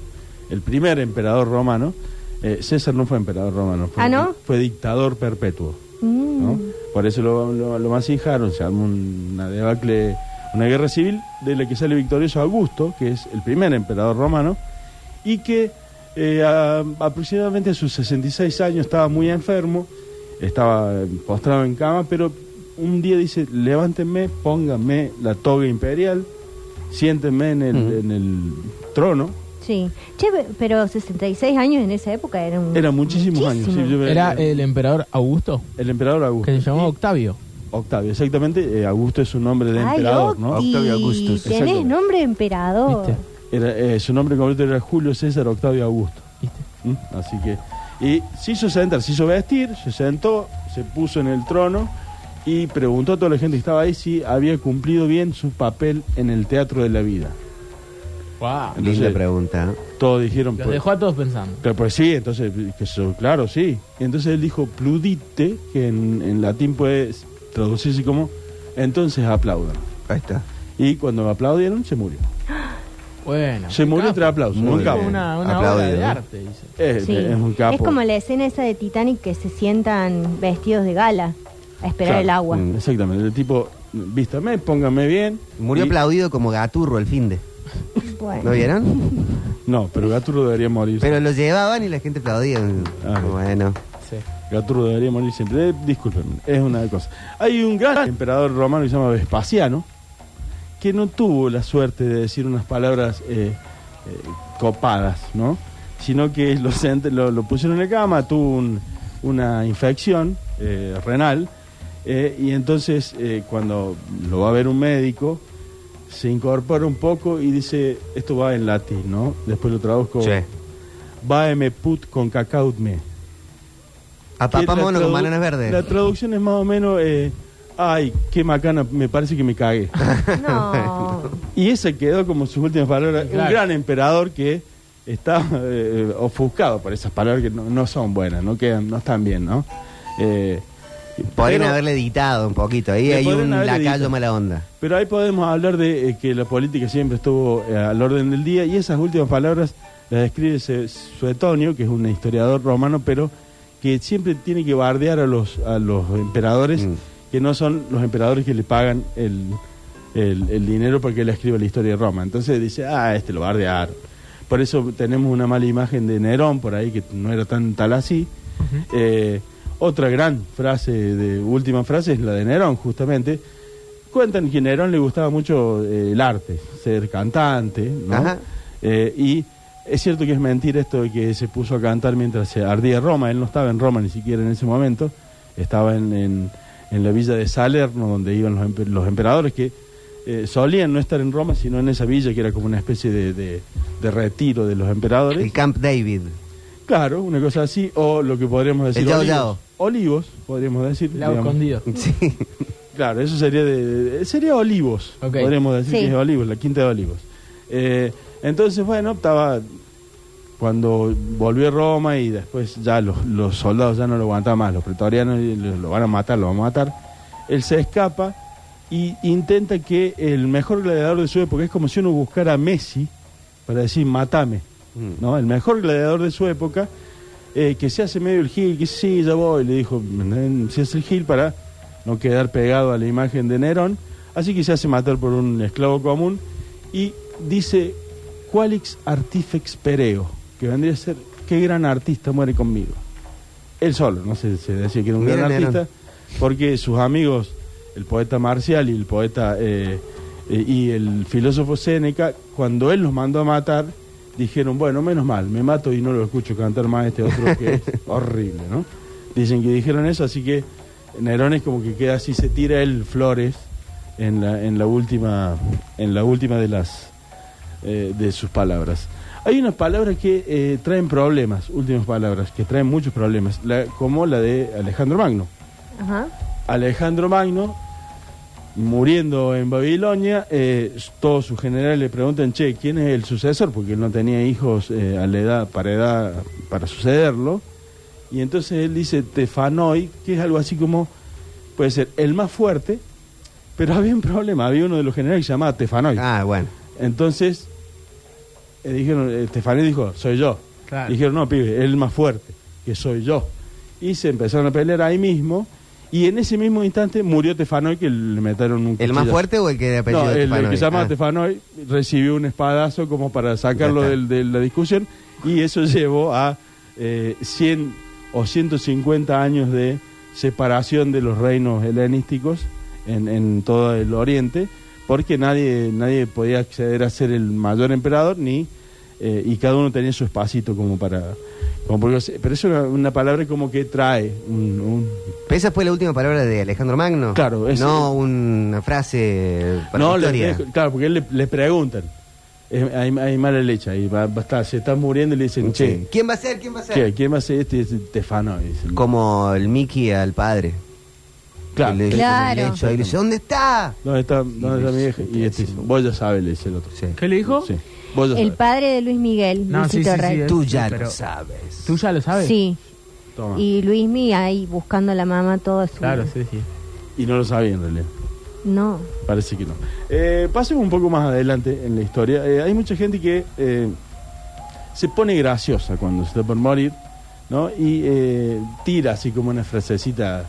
Speaker 3: el primer emperador romano. Eh, César no fue emperador romano, fue,
Speaker 4: ¿Ah, no?
Speaker 3: fue dictador perpetuo.
Speaker 4: Mm.
Speaker 3: ¿no? Por eso lo, lo, lo masijaron, se armó una debacle, una guerra civil de la que sale victorioso Augusto, que es el primer emperador romano, y que eh, a- aproximadamente a sus 66 años estaba muy enfermo, estaba eh, postrado en cama, pero un día dice, levántenme, pónganme la toga imperial, siéntenme en el,
Speaker 2: Mm.
Speaker 3: en el trono.
Speaker 4: Sí. Che, pe- pero 66 años en esa época era un.
Speaker 3: Era muchísimos años. sí, yo me-
Speaker 5: Era el emperador Augusto,
Speaker 3: el emperador Augusto.
Speaker 5: que se llamaba Octavio.
Speaker 3: Octavio, exactamente. eh, Augusto es un nombre de
Speaker 4: Ay,
Speaker 3: emperador, ¿no?
Speaker 4: Octi,
Speaker 2: Octavio Augustus.
Speaker 4: Tenés
Speaker 3: Exactamente.
Speaker 4: nombre de emperador.
Speaker 5: ¿Viste?
Speaker 3: Era, eh, su nombre completo era Julio César Octavio Augusto.
Speaker 5: ¿Viste?
Speaker 3: ¿Mm? Así que. Y se hizo sentar, se hizo vestir, se sentó, se puso en el trono y preguntó a toda la gente que estaba ahí si había cumplido bien su papel en el teatro de la vida.
Speaker 2: Linda
Speaker 5: Wow.
Speaker 3: Entonces,
Speaker 2: pregunta. ¿eh?
Speaker 3: Todos dijeron.
Speaker 5: Los
Speaker 3: pues,
Speaker 5: dejó a todos pensando.
Speaker 3: Pero pues sí, entonces, que eso, claro, sí. Entonces él dijo pludite, que en, en latín puede traducirse como entonces aplaudan.
Speaker 2: Ahí está.
Speaker 3: Y cuando aplaudieron, se murió.
Speaker 5: Bueno.
Speaker 3: Se
Speaker 5: un
Speaker 3: murió
Speaker 5: capo.
Speaker 3: entre aplausos.
Speaker 2: Muy
Speaker 3: un
Speaker 5: Es
Speaker 2: bien.
Speaker 3: capo.
Speaker 5: como una, una obra
Speaker 2: Aplaudido,
Speaker 5: de
Speaker 2: ¿no?
Speaker 5: arte, dice.
Speaker 3: Es,
Speaker 4: Sí.
Speaker 3: es un capo.
Speaker 4: Es como la escena esa de Titanic que se sientan vestidos de gala a esperar
Speaker 3: Claro.
Speaker 4: el agua.
Speaker 3: Mm, Exactamente. El tipo, vístame, póngame bien.
Speaker 2: Murió
Speaker 3: Y-
Speaker 2: aplaudido como gaturro el fin de.
Speaker 4: Bueno.
Speaker 2: ¿No vieron?
Speaker 3: No, pero Gaturro debería morir.
Speaker 2: Pero lo llevaban y la gente aplaudía.
Speaker 3: Ah.
Speaker 2: Bueno.
Speaker 5: Sí.
Speaker 3: Gaturro debería morir siempre. Eh, discúlpenme, es una cosa. Hay un gran emperador romano que se llama Vespasiano, que no tuvo la suerte de decir unas palabras eh, eh, copadas, ¿no? Sino que lo, sent- lo- lo pusieron en la cama, tuvo un- una infección eh, renal, eh, y entonces eh, cuando lo va a ver un médico, se incorpora un poco y dice, esto va en latín, ¿no? Después lo traduzco,
Speaker 2: Che.
Speaker 3: vaeme put con cacautme.
Speaker 2: A papá
Speaker 3: Que la
Speaker 2: mono con
Speaker 3: tradu-
Speaker 2: bananas
Speaker 3: La
Speaker 2: verdes.
Speaker 3: traducción es más o menos, eh, ay, qué macana, me parece que me cagué.
Speaker 4: No.
Speaker 3: y ese quedó como sus últimas palabras. Un
Speaker 5: Claro.
Speaker 3: gran emperador que está eh, ofuscado por esas palabras que no, no son buenas, no quedan, no están bien, ¿no? Eh,
Speaker 2: Podrían
Speaker 3: pero-
Speaker 2: haberle editado un poquito. Ahí
Speaker 3: Le
Speaker 2: hay
Speaker 3: podrían
Speaker 2: un
Speaker 3: haberle
Speaker 2: lacayo
Speaker 3: editado.
Speaker 2: mala onda.
Speaker 3: Pero ahí podemos hablar de eh, que la política siempre estuvo eh, al orden del día y esas últimas palabras las describe Se- Suetonio, que es un historiador romano, pero que siempre tiene que bardear a los, a los emperadores,
Speaker 2: Mm.
Speaker 3: que no son los emperadores que le pagan el, el- el dinero para que él escriba la historia de Roma. Entonces dice, ah, este lo bardearon. Por eso tenemos una mala imagen de Nerón por ahí, que no era tan tal así. Eh, otra gran frase, de última frase, es la de Nerón, justamente. Cuentan que a Nerón le gustaba mucho eh, el arte, ser cantante, ¿no?
Speaker 2: Ajá.
Speaker 3: Eh, y es cierto que es mentira esto de que se puso a cantar mientras se ardía Roma. Él no estaba en Roma ni siquiera en ese momento. Estaba en, en- en la villa de Salerno, donde iban los, empe- los emperadores que eh, solían no estar en Roma, sino en esa villa que era como una especie de, de- de retiro de los emperadores.
Speaker 2: El Camp David.
Speaker 3: Claro, una cosa así, o lo que podríamos decir.
Speaker 2: El yao
Speaker 3: olivos,
Speaker 2: yao.
Speaker 3: Olivos, podríamos decir.
Speaker 5: Lago
Speaker 3: digamos.
Speaker 5: escondido.
Speaker 2: Sí.
Speaker 3: Claro, eso sería de, de- sería Olivos,
Speaker 5: Ok.
Speaker 3: podríamos decir
Speaker 4: Sí.
Speaker 3: que es Olivos, la quinta de Olivos. Eh, entonces, bueno, estaba cuando volvió a Roma y después ya los, los soldados ya no lo aguantaban más, los pretorianos y lo, lo van a matar, lo van a matar. Él se escapa y intenta que el mejor gladiador de su época, es como si uno buscara a Messi para decir matame, Mm. ¿no? El mejor gladiador de su época, eh, que se hace medio el Gil, que sí, ya voy, le dijo, "Mm, se hace el Gil para no quedar pegado a la imagen de Nerón, así que se hace matar por un esclavo común y dice, Qualix artifex pereo, que vendría a ser, qué gran artista muere conmigo. Él solo, no sé, se decía que era un
Speaker 2: Mira,
Speaker 3: gran
Speaker 2: Nerón.
Speaker 3: artista, porque sus amigos, el poeta Marcial y el poeta eh, eh, y el filósofo Séneca, cuando él los mandó a matar, dijeron, bueno, menos mal, me mato y no lo escucho cantar más a este otro que es horrible, ¿no? Dicen que dijeron eso, así que Nerón es como que queda así, se tira él flores en la, en la última, en la última de las eh, de sus palabras. Hay unas palabras que eh, traen problemas, últimas palabras, que traen muchos problemas, la- como la de Alejandro Magno.
Speaker 4: Ajá.
Speaker 3: Alejandro Magno, muriendo en Babilonia, eh, todos sus generales le preguntan, che, ¿quién es el sucesor? Porque él no tenía hijos eh, a la edad, para edad, para sucederlo. Y entonces él dice Tefanoi, que es algo así como, puede ser el más fuerte, pero había un problema, había uno de los generales que se llamaba Tefanoi.
Speaker 2: Ah, bueno.
Speaker 3: Entonces, eh, dijeron, eh, Estefanía dijo, soy yo.
Speaker 5: Claro.
Speaker 3: Dijeron, no, pibe, el más fuerte, que soy yo. Y se empezaron a pelear ahí mismo. Y en ese mismo instante murió Tefanoy, que le metieron un
Speaker 2: ¿El más
Speaker 3: cuchillazo.
Speaker 2: fuerte o el que era apellido
Speaker 3: No, el, el
Speaker 2: Stefanovic?
Speaker 3: que se llama
Speaker 2: Ah.
Speaker 3: Stefanoy recibió un espadazo como para sacarlo
Speaker 2: Ya está.
Speaker 3: del- de la discusión y eso llevó a eh, 100 o 150 años de separación de los reinos helenísticos en, en todo el oriente porque nadie, nadie podía acceder a ser el mayor emperador ni eh, y cada uno tenía su espacito como para... como porque- pero es una, una palabra como que trae un- un,
Speaker 2: Pero Ah. esa fue la última palabra de Alejandro Magno.
Speaker 3: Claro, es-
Speaker 2: No una frase para la
Speaker 3: no, le-
Speaker 2: historia.
Speaker 3: le- claro, porque él le, le preguntan. Es- hay, hay mala leche ahí. Va, va a estar- se está muriendo y le dicen, che,
Speaker 2: ¿Quién va a ser? ¿Quién va a ser?
Speaker 3: ¿qué? ¿quién va a ser este? este Tefano. y dicen,
Speaker 2: Como el Mickey al padre.
Speaker 3: Claro.
Speaker 2: Le-
Speaker 4: Claro.
Speaker 2: le echo ahí, le dice, ¿Dónde está?
Speaker 3: ¿Dónde está, dónde está mi vieja? Y este,
Speaker 2: Sí.
Speaker 3: dice, vos ya sabes, le dice el otro.
Speaker 2: Sí.
Speaker 5: ¿Qué le dijo?
Speaker 3: Sí. Vos ya
Speaker 4: El
Speaker 3: sabés.
Speaker 4: padre de Luis Miguel,
Speaker 5: No, sí,
Speaker 4: Luisito
Speaker 5: sí, sí,
Speaker 4: Rey.
Speaker 5: es-
Speaker 2: Tú ya
Speaker 5: pero-
Speaker 2: lo sabes.
Speaker 5: ¿Tú ya lo sabes?
Speaker 4: Sí,
Speaker 3: Toma. Y...
Speaker 4: y Luismi ahí buscando a la mamá todo su...
Speaker 5: Claro, sí, sí.
Speaker 3: no lo sabía en realidad.
Speaker 4: No,
Speaker 3: Parece que no. Eh, pasemos un poco más adelante en la historia. Eh, hay mucha gente que eh, se pone graciosa cuando se está por morir, ¿no? Y eh, tira así como una frasecita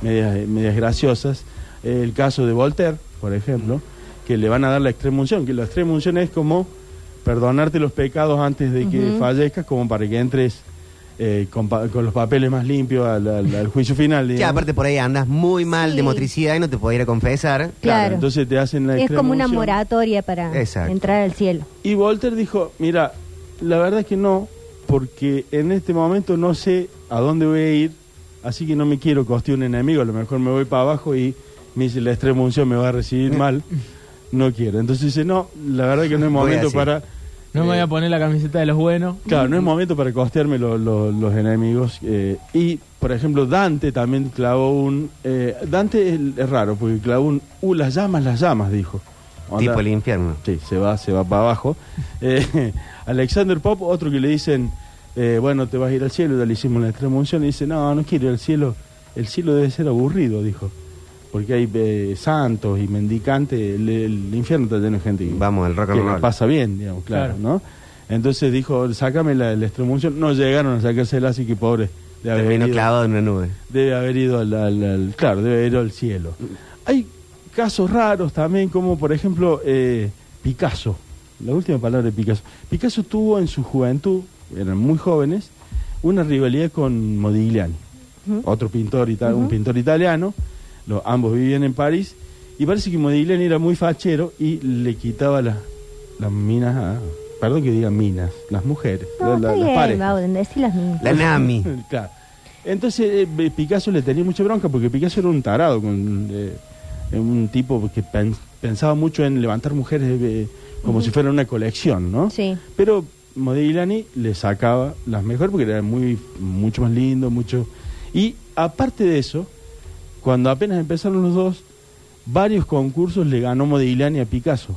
Speaker 3: medias, medias graciosas. Eh, el caso de Voltaire, por ejemplo, que le van a dar la extremunción, que la extremunción es como perdonarte los pecados antes de que
Speaker 4: Ujú.
Speaker 3: fallezcas, como para que entres eh, con, pa- con los papeles más limpios al, al- al juicio final.
Speaker 2: Ya,
Speaker 3: digamos.
Speaker 2: aparte por ahí andas muy mal
Speaker 4: Sí.
Speaker 2: de motricidad y no te puedo ir a confesar.
Speaker 4: claro.
Speaker 3: Entonces te hacen la
Speaker 4: es como una
Speaker 3: extremunción.
Speaker 4: moratoria para
Speaker 2: Exacto.
Speaker 4: entrar al cielo.
Speaker 3: Y Volter dijo, mira, la verdad es que no, porque en este momento no sé a dónde voy a ir, así que no me quiero costear un enemigo, a lo mejor me voy para abajo y me dice, la extrema unción me va a recibir mal, no quiero. Entonces dice, no, la verdad que no es
Speaker 2: Voy
Speaker 3: momento
Speaker 2: así.
Speaker 3: para...
Speaker 5: No me voy
Speaker 3: eh,
Speaker 5: a poner la camiseta de los buenos.
Speaker 3: Claro, no es momento para costearme lo- lo- los enemigos. eh, y, por ejemplo, Dante también clavó un... eh, Dante es, es raro, porque clavó un... Uh, las llamas, las llamas, dijo.
Speaker 2: Tipo
Speaker 3: Onda-
Speaker 2: el infierno.
Speaker 3: Sí, se va, se va para abajo. Eh, Alexander Pop, otro que le dicen, eh, bueno, te vas a ir al cielo, ya le hicimos la extremunción, y dice, no, no quiero ir al cielo, el cielo debe ser aburrido, dijo, porque hay eh, santos y mendicantes, el, el infierno está lleno de gente que,
Speaker 2: Vamos al rock
Speaker 3: que
Speaker 2: and
Speaker 3: la
Speaker 2: roll.
Speaker 3: pasa bien, digamos, claro,
Speaker 5: Claro.
Speaker 3: ¿no? Entonces dijo, sácame la, la extremunción, no llegaron a sacársela, así que pobre, de haber
Speaker 2: Termino
Speaker 3: ido-
Speaker 2: clavado en una nube.
Speaker 3: debe haber ido al, al- al- claro debe haber ido al cielo hay casos raros también como por ejemplo eh, Picasso la última palabra de Picasso Picasso tuvo en su juventud eran muy jóvenes una rivalidad con Modigliani otro pintor ita- un pintor italiano los ambos vivían en París y parece que Modigliani era muy fachero y le quitaba las las minas a, perdón que diga minas las mujeres la- la-
Speaker 4: No, está
Speaker 3: las
Speaker 4: bien,
Speaker 3: parejas.
Speaker 4: Bauden, decí las mismas.
Speaker 2: La Nami.
Speaker 3: Claro. Entonces eh, Picasso le tenía mucha bronca porque Picasso era un tarado, con, eh, un tipo que pen- pensaba mucho en levantar mujeres eh, como si fuera una colección, ¿no?
Speaker 4: Sí.
Speaker 3: Pero Modigliani le sacaba las mejores porque era muy, mucho más lindo, mucho... Y aparte de eso, cuando apenas empezaron los dos, varios concursos le ganó Modigliani a Picasso.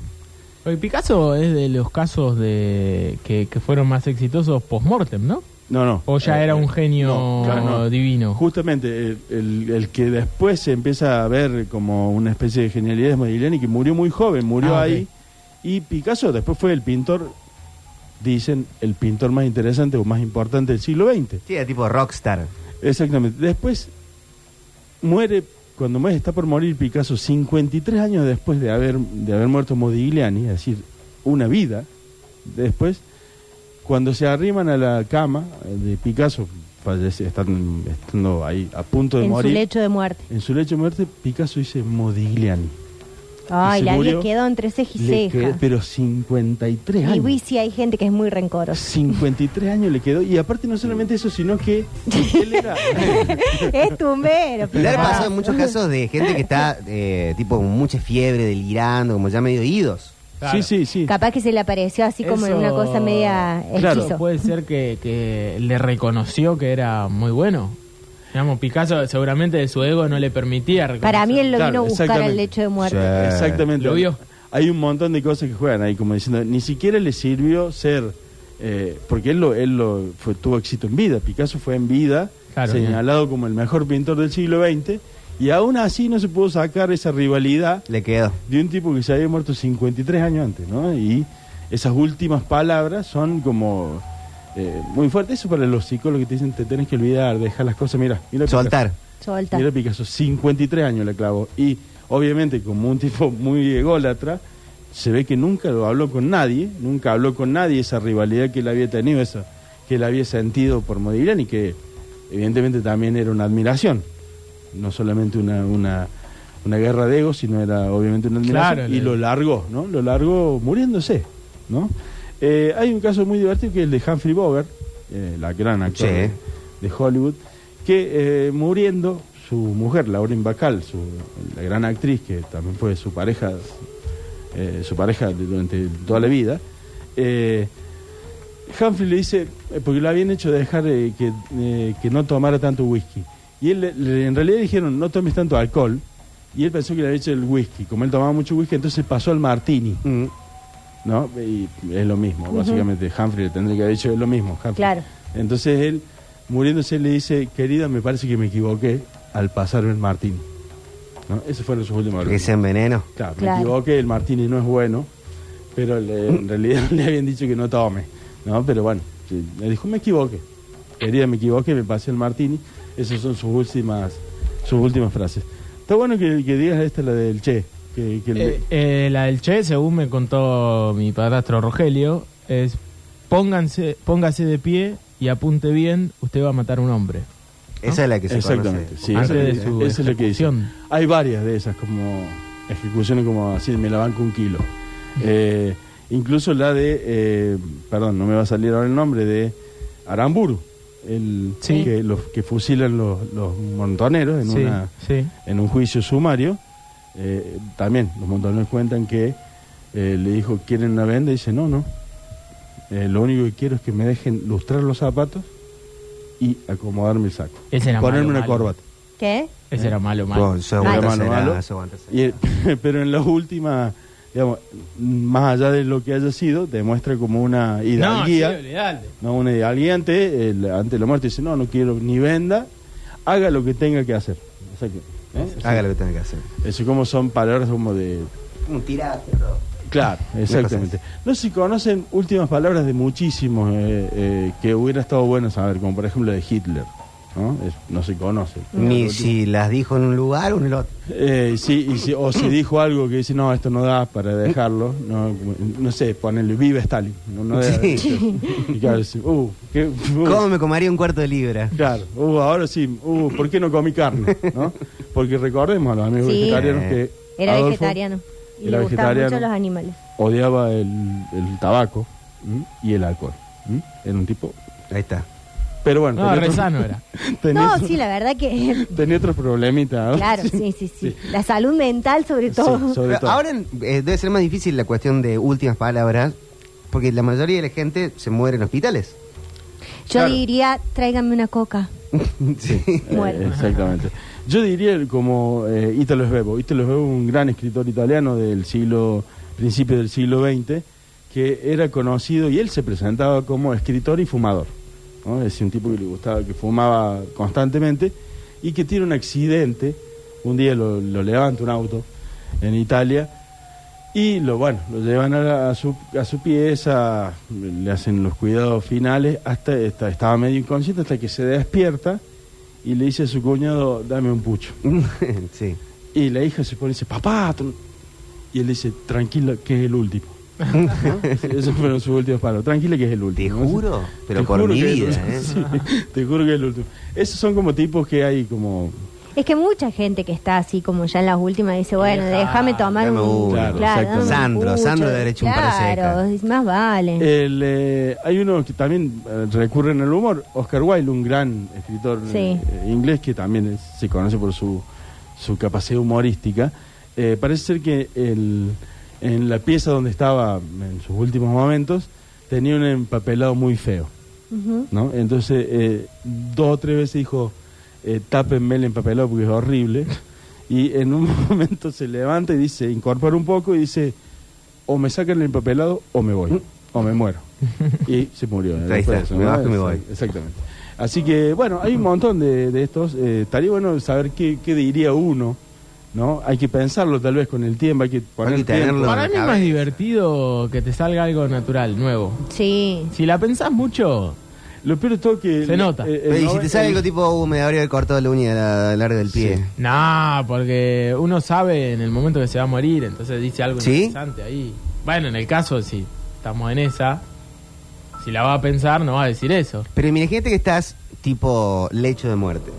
Speaker 5: Porque Picasso es de los casos de que, que fueron más exitosos post-mortem, ¿no?
Speaker 3: No, no.
Speaker 5: O ya
Speaker 3: Eh,
Speaker 5: era
Speaker 3: eh,
Speaker 5: un genio
Speaker 3: no, claro, no.
Speaker 5: divino.
Speaker 3: Justamente, el, el- el que después se empieza a ver como una especie de genialidad es Modigliani, que murió muy joven, murió
Speaker 5: Ah, ok.
Speaker 3: ahí. Y Picasso después fue el pintor, dicen, el pintor más interesante o más importante del siglo XX.
Speaker 2: Sí, era tipo rockstar.
Speaker 3: Exactamente. Después muere, cuando muere, está por morir Picasso, 53 años después de haber, de haber muerto Modigliani, es decir, una vida después, cuando se arriman a la cama eh, de Picasso, fallece, están, estando ahí a punto de
Speaker 4: En
Speaker 3: morir,
Speaker 4: su lecho de muerte.
Speaker 3: en su lecho de muerte, Picasso dice Modigliani.
Speaker 4: Ay,
Speaker 3: se
Speaker 4: la
Speaker 3: murió.
Speaker 4: le quedó entre ceja y
Speaker 3: Le
Speaker 4: ceja.
Speaker 3: quedó- pero 53
Speaker 4: Y vi
Speaker 3: años.
Speaker 4: si hay gente que es muy rencorosa.
Speaker 3: 53 años le quedó, y aparte no solamente eso, sino que él era...
Speaker 4: es tumbero.
Speaker 2: Ya le
Speaker 4: papá.
Speaker 2: pasó en muchos casos de gente que está eh, tipo con mucha fiebre, delirando, como ya medio idos.
Speaker 5: Claro.
Speaker 3: Sí, sí, sí.
Speaker 4: Capaz que se le apareció así como en
Speaker 5: Eso-
Speaker 4: una cosa media
Speaker 3: Claro.
Speaker 4: esquizo.
Speaker 5: Puede ser que, que le reconoció que era muy bueno. Digamos, Picasso seguramente de su ego no le permitía reconocer.
Speaker 4: Para mí él lo
Speaker 3: Claro,
Speaker 4: vino a buscar
Speaker 3: exactamente.
Speaker 4: al lecho de muerte.
Speaker 2: Sí.
Speaker 3: Exactamente.
Speaker 5: Lo vio.
Speaker 3: Hay un montón de cosas que juegan ahí, como diciendo, ni siquiera le sirvió ser, eh, porque él, lo, él lo fue- tuvo éxito en vida, Picasso fue en vida
Speaker 5: Claro,
Speaker 3: señalado como el mejor pintor del siglo XX, y aún así no se pudo sacar esa rivalidad
Speaker 2: Le quedó.
Speaker 3: de un tipo que se había muerto 53 años antes, ¿no? Y esas últimas palabras son como eh, muy fuertes, eso para los psicólogos que te dicen, te tenés que olvidar, dejar las cosas, mira, mira. Picasso.
Speaker 2: Soltar.
Speaker 4: Solta.
Speaker 3: Mira Picasso, 53 años la clavó. Y obviamente, como un tipo muy ególatra, se ve que nunca lo habló con nadie, nunca habló con nadie esa rivalidad que él había tenido, esa, que él había sentido por Modigliani, que evidentemente también era una admiración. No solamente una, una, una guerra de egos, sino era obviamente una admiración.
Speaker 5: Claro,
Speaker 3: y
Speaker 5: le-
Speaker 3: lo largó, ¿no? Lo largó muriéndose, ¿no? Eh, hay un caso muy divertido que es el de Humphrey Bogart, eh, la gran actor
Speaker 2: Sí.
Speaker 3: de- de Hollywood, que eh, muriendo su mujer, Lauren Bacall, su, la gran actriz que también fue su pareja, eh, su pareja de- durante toda la vida, eh, Humphrey le dice, eh, porque lo habían hecho dejar eh, que, eh, que no tomara tanto whisky. Y él, le- le- en realidad le dijeron, no tomes tanto alcohol. Y él pensó que le había hecho el whisky. Como él tomaba mucho whisky, entonces pasó al martini.
Speaker 2: Mm.
Speaker 3: ¿no? Y es lo mismo, básicamente. Humphrey le tendría que haber dicho, es lo mismo, Humphrey.
Speaker 4: Claro.
Speaker 3: Entonces él, muriéndose, le dice, querida, me parece que me equivoqué al pasarme el Martín. ¿No? Esos fueron sus últimos
Speaker 2: Que sean veneno.
Speaker 3: Claro, me
Speaker 4: Claro.
Speaker 3: equivoqué, el Martínez no es bueno, pero le- en realidad le habían dicho que no tome, ¿no? Pero bueno, sí, le dijo, me equivoqué. Querida, me equivoqué, me pasé el Martini. Esas son sus últimas sus últimas frases. Está bueno que, que digas esta, la del Che. Que, que le-
Speaker 5: Eh, eh, la del Che, según me contó mi padrastro Rogelio, es pónganse, póngase de pie y apunte bien, usted va a matar a un hombre.
Speaker 2: Esa es la que se
Speaker 3: Exactamente,
Speaker 2: conoce.
Speaker 3: sí,
Speaker 5: Antes
Speaker 3: esa-
Speaker 5: de su
Speaker 3: esa es lo que dice.
Speaker 5: ejecución.
Speaker 3: Hay varias de esas, como ejecuciones como así, me la banco un kilo.
Speaker 5: Mm.
Speaker 3: Eh, incluso la de, eh, perdón, no me va a salir ahora el nombre, de Aramburu, el
Speaker 5: Sí.
Speaker 3: que, los, que fusilan los, los montoneros en,
Speaker 5: sí,
Speaker 3: una,
Speaker 5: sí.
Speaker 3: en un juicio sumario. Eh, también los montoneros cuentan que eh, le dijo, ¿quieren una venda? Y dice, no, no. Eh, lo único que quiero es que me dejen lustrar los zapatos y acomodarme el saco.
Speaker 5: Ese era
Speaker 3: Ponerme una
Speaker 5: malo, malo.
Speaker 3: corbata. Eh,
Speaker 4: ¿Qué?
Speaker 5: Ese era malo, malo.
Speaker 2: Bueno, eso
Speaker 4: Malo,
Speaker 2: aguanta
Speaker 3: malo,
Speaker 2: será,
Speaker 3: malo.
Speaker 2: eso aguanta será.
Speaker 3: Y, eh, pero en las últimas, digamos, más allá de lo que haya sido, demuestra como una
Speaker 5: no, sí,
Speaker 3: hidalguía,
Speaker 5: olvidate.
Speaker 3: no, una hidalguía ante, el- ante la muerte. Dice, no, no quiero ni venda, haga lo que tenga que hacer. O sea que, ¿eh? O sea,
Speaker 2: Haga lo que tenga que hacer.
Speaker 3: eso como son palabras como de...
Speaker 2: Un tirado.
Speaker 3: Claro, exactamente. No sé si conocen últimas palabras de muchísimos eh, eh, que hubiera estado bueno saber, como por ejemplo de Hitler. No, Es- no se conoce.
Speaker 2: Ni si las dijo en un lugar o en el otro.
Speaker 3: Eh, y sí, y si- o si dijo algo que dice, no, esto no da para dejarlo, no, no sé, ponerle vive Stalin. No, no debe-
Speaker 2: Sí.
Speaker 3: Y claro, sí, uh, qué- uh,
Speaker 2: ¿Cómo me comería un cuarto de libra?
Speaker 3: claro, uh, ahora sí, uh, ¿por qué no comí carne? ¿no? Porque recordemos a los amigos
Speaker 4: Sí.
Speaker 3: vegetarianos que
Speaker 4: Era
Speaker 3: Adolfo
Speaker 4: vegetariano. Y
Speaker 3: era
Speaker 4: le gustaban mucho
Speaker 3: vegetariano.
Speaker 4: los animales.
Speaker 3: odiaba el, el tabaco ¿m? y el alcohol. ¿m? Era un tipo...
Speaker 2: Ahí está.
Speaker 3: Pero bueno,
Speaker 5: No,
Speaker 3: tenía, otro-
Speaker 5: Rezano era.
Speaker 3: tenía
Speaker 4: No,
Speaker 3: otro-
Speaker 4: sí, la verdad que...
Speaker 3: tenía otros problemitas. ¿no?
Speaker 4: Claro, sí, sí, sí. La salud mental sobre todo.
Speaker 3: sobre
Speaker 2: Pero
Speaker 3: todo.
Speaker 2: Ahora eh, debe ser más difícil la cuestión de últimas palabras, porque la mayoría de la gente se muere en hospitales.
Speaker 4: Yo
Speaker 3: claro.
Speaker 4: diría, tráigame una coca.
Speaker 2: sí.
Speaker 3: Eh,
Speaker 4: Bueno.
Speaker 3: exactamente. Yo diría como eh, Italo Svevo. Italo Svevo, un gran escritor italiano del siglo, principio del siglo XX, que era conocido y él se presentaba como escritor y fumador. ¿no? Es un tipo que le gustaba, que fumaba constantemente y que tiene un accidente. Un día lo, lo levanta un auto en Italia y lo bueno, lo llevan a, la- a su, a su pieza, le hacen los cuidados finales, hasta está- estaba medio inconsciente, hasta que se despierta y le dice a su cuñado, dame un pucho.
Speaker 2: sí.
Speaker 3: Y la hija se pone y dice, papá. tú no-". Y él dice, tranquila, que es el último. ¿No? Esos fueron sus últimos palos. Tranquila, que es el
Speaker 2: Te
Speaker 3: último.
Speaker 2: juro, pero por
Speaker 3: juro
Speaker 2: mi
Speaker 3: que es el
Speaker 2: vida, ¿eh?
Speaker 3: último. Sí, te juro que es el último. Esos son como tipos que hay como...
Speaker 4: Es que mucha gente que está así como ya en las últimas dice, bueno,
Speaker 5: Deja,
Speaker 4: déjame tomar
Speaker 2: dame
Speaker 4: un...
Speaker 2: uno.
Speaker 3: Claro,
Speaker 4: dame un
Speaker 2: Sandro,
Speaker 4: pucho.
Speaker 2: Sandro le ha hecho un par de
Speaker 4: Claro,
Speaker 2: secas.
Speaker 4: más vale.
Speaker 3: El, eh, hay uno que también eh, recurre en el humor, Oscar Wilde, un gran escritor
Speaker 4: Sí.
Speaker 3: eh, eh, inglés que también es- se conoce por su, su capacidad humorística. Eh, parece ser que el- en la pieza donde estaba en sus últimos momentos tenía un empapelado muy feo.
Speaker 4: Ujú.
Speaker 3: ¿no? Entonces, eh, dos o tres veces dijo, eh, tápenme el empapelado porque es horrible. Y en un momento se levanta y dice, incorpora un poco y dice, o me sacan el empapelado o me voy, o me muero. Y se murió.
Speaker 2: Ahí está,
Speaker 3: Después,
Speaker 2: me bajo y me voy.
Speaker 3: Exactamente. Así que, bueno, hay un montón de, de estos. Eh, estaría bueno saber qué, qué diría uno, ¿no? Hay que pensarlo tal vez con el tiempo, hay que poner
Speaker 2: que tenerlo
Speaker 3: tiempo.
Speaker 5: Para
Speaker 2: la
Speaker 5: mí es más
Speaker 2: cabeza.
Speaker 5: divertido que te salga algo natural, nuevo.
Speaker 4: Sí.
Speaker 5: Si la pensás mucho,
Speaker 3: Lo peor de todo que...
Speaker 5: Se nota.
Speaker 3: eh, el
Speaker 2: Pero y si
Speaker 3: noven-
Speaker 2: te sale
Speaker 3: el-
Speaker 2: algo tipo, uh, me habría cortado la uña la- al largo del pie.
Speaker 5: nah, porque uno sabe en el momento que se va a morir, entonces dice algo
Speaker 2: ¿Sí?
Speaker 5: interesante ahí. Bueno, en el caso, si estamos en esa, si la va a pensar, no va a decir eso.
Speaker 2: Pero imagínate que estás tipo lecho de muerte.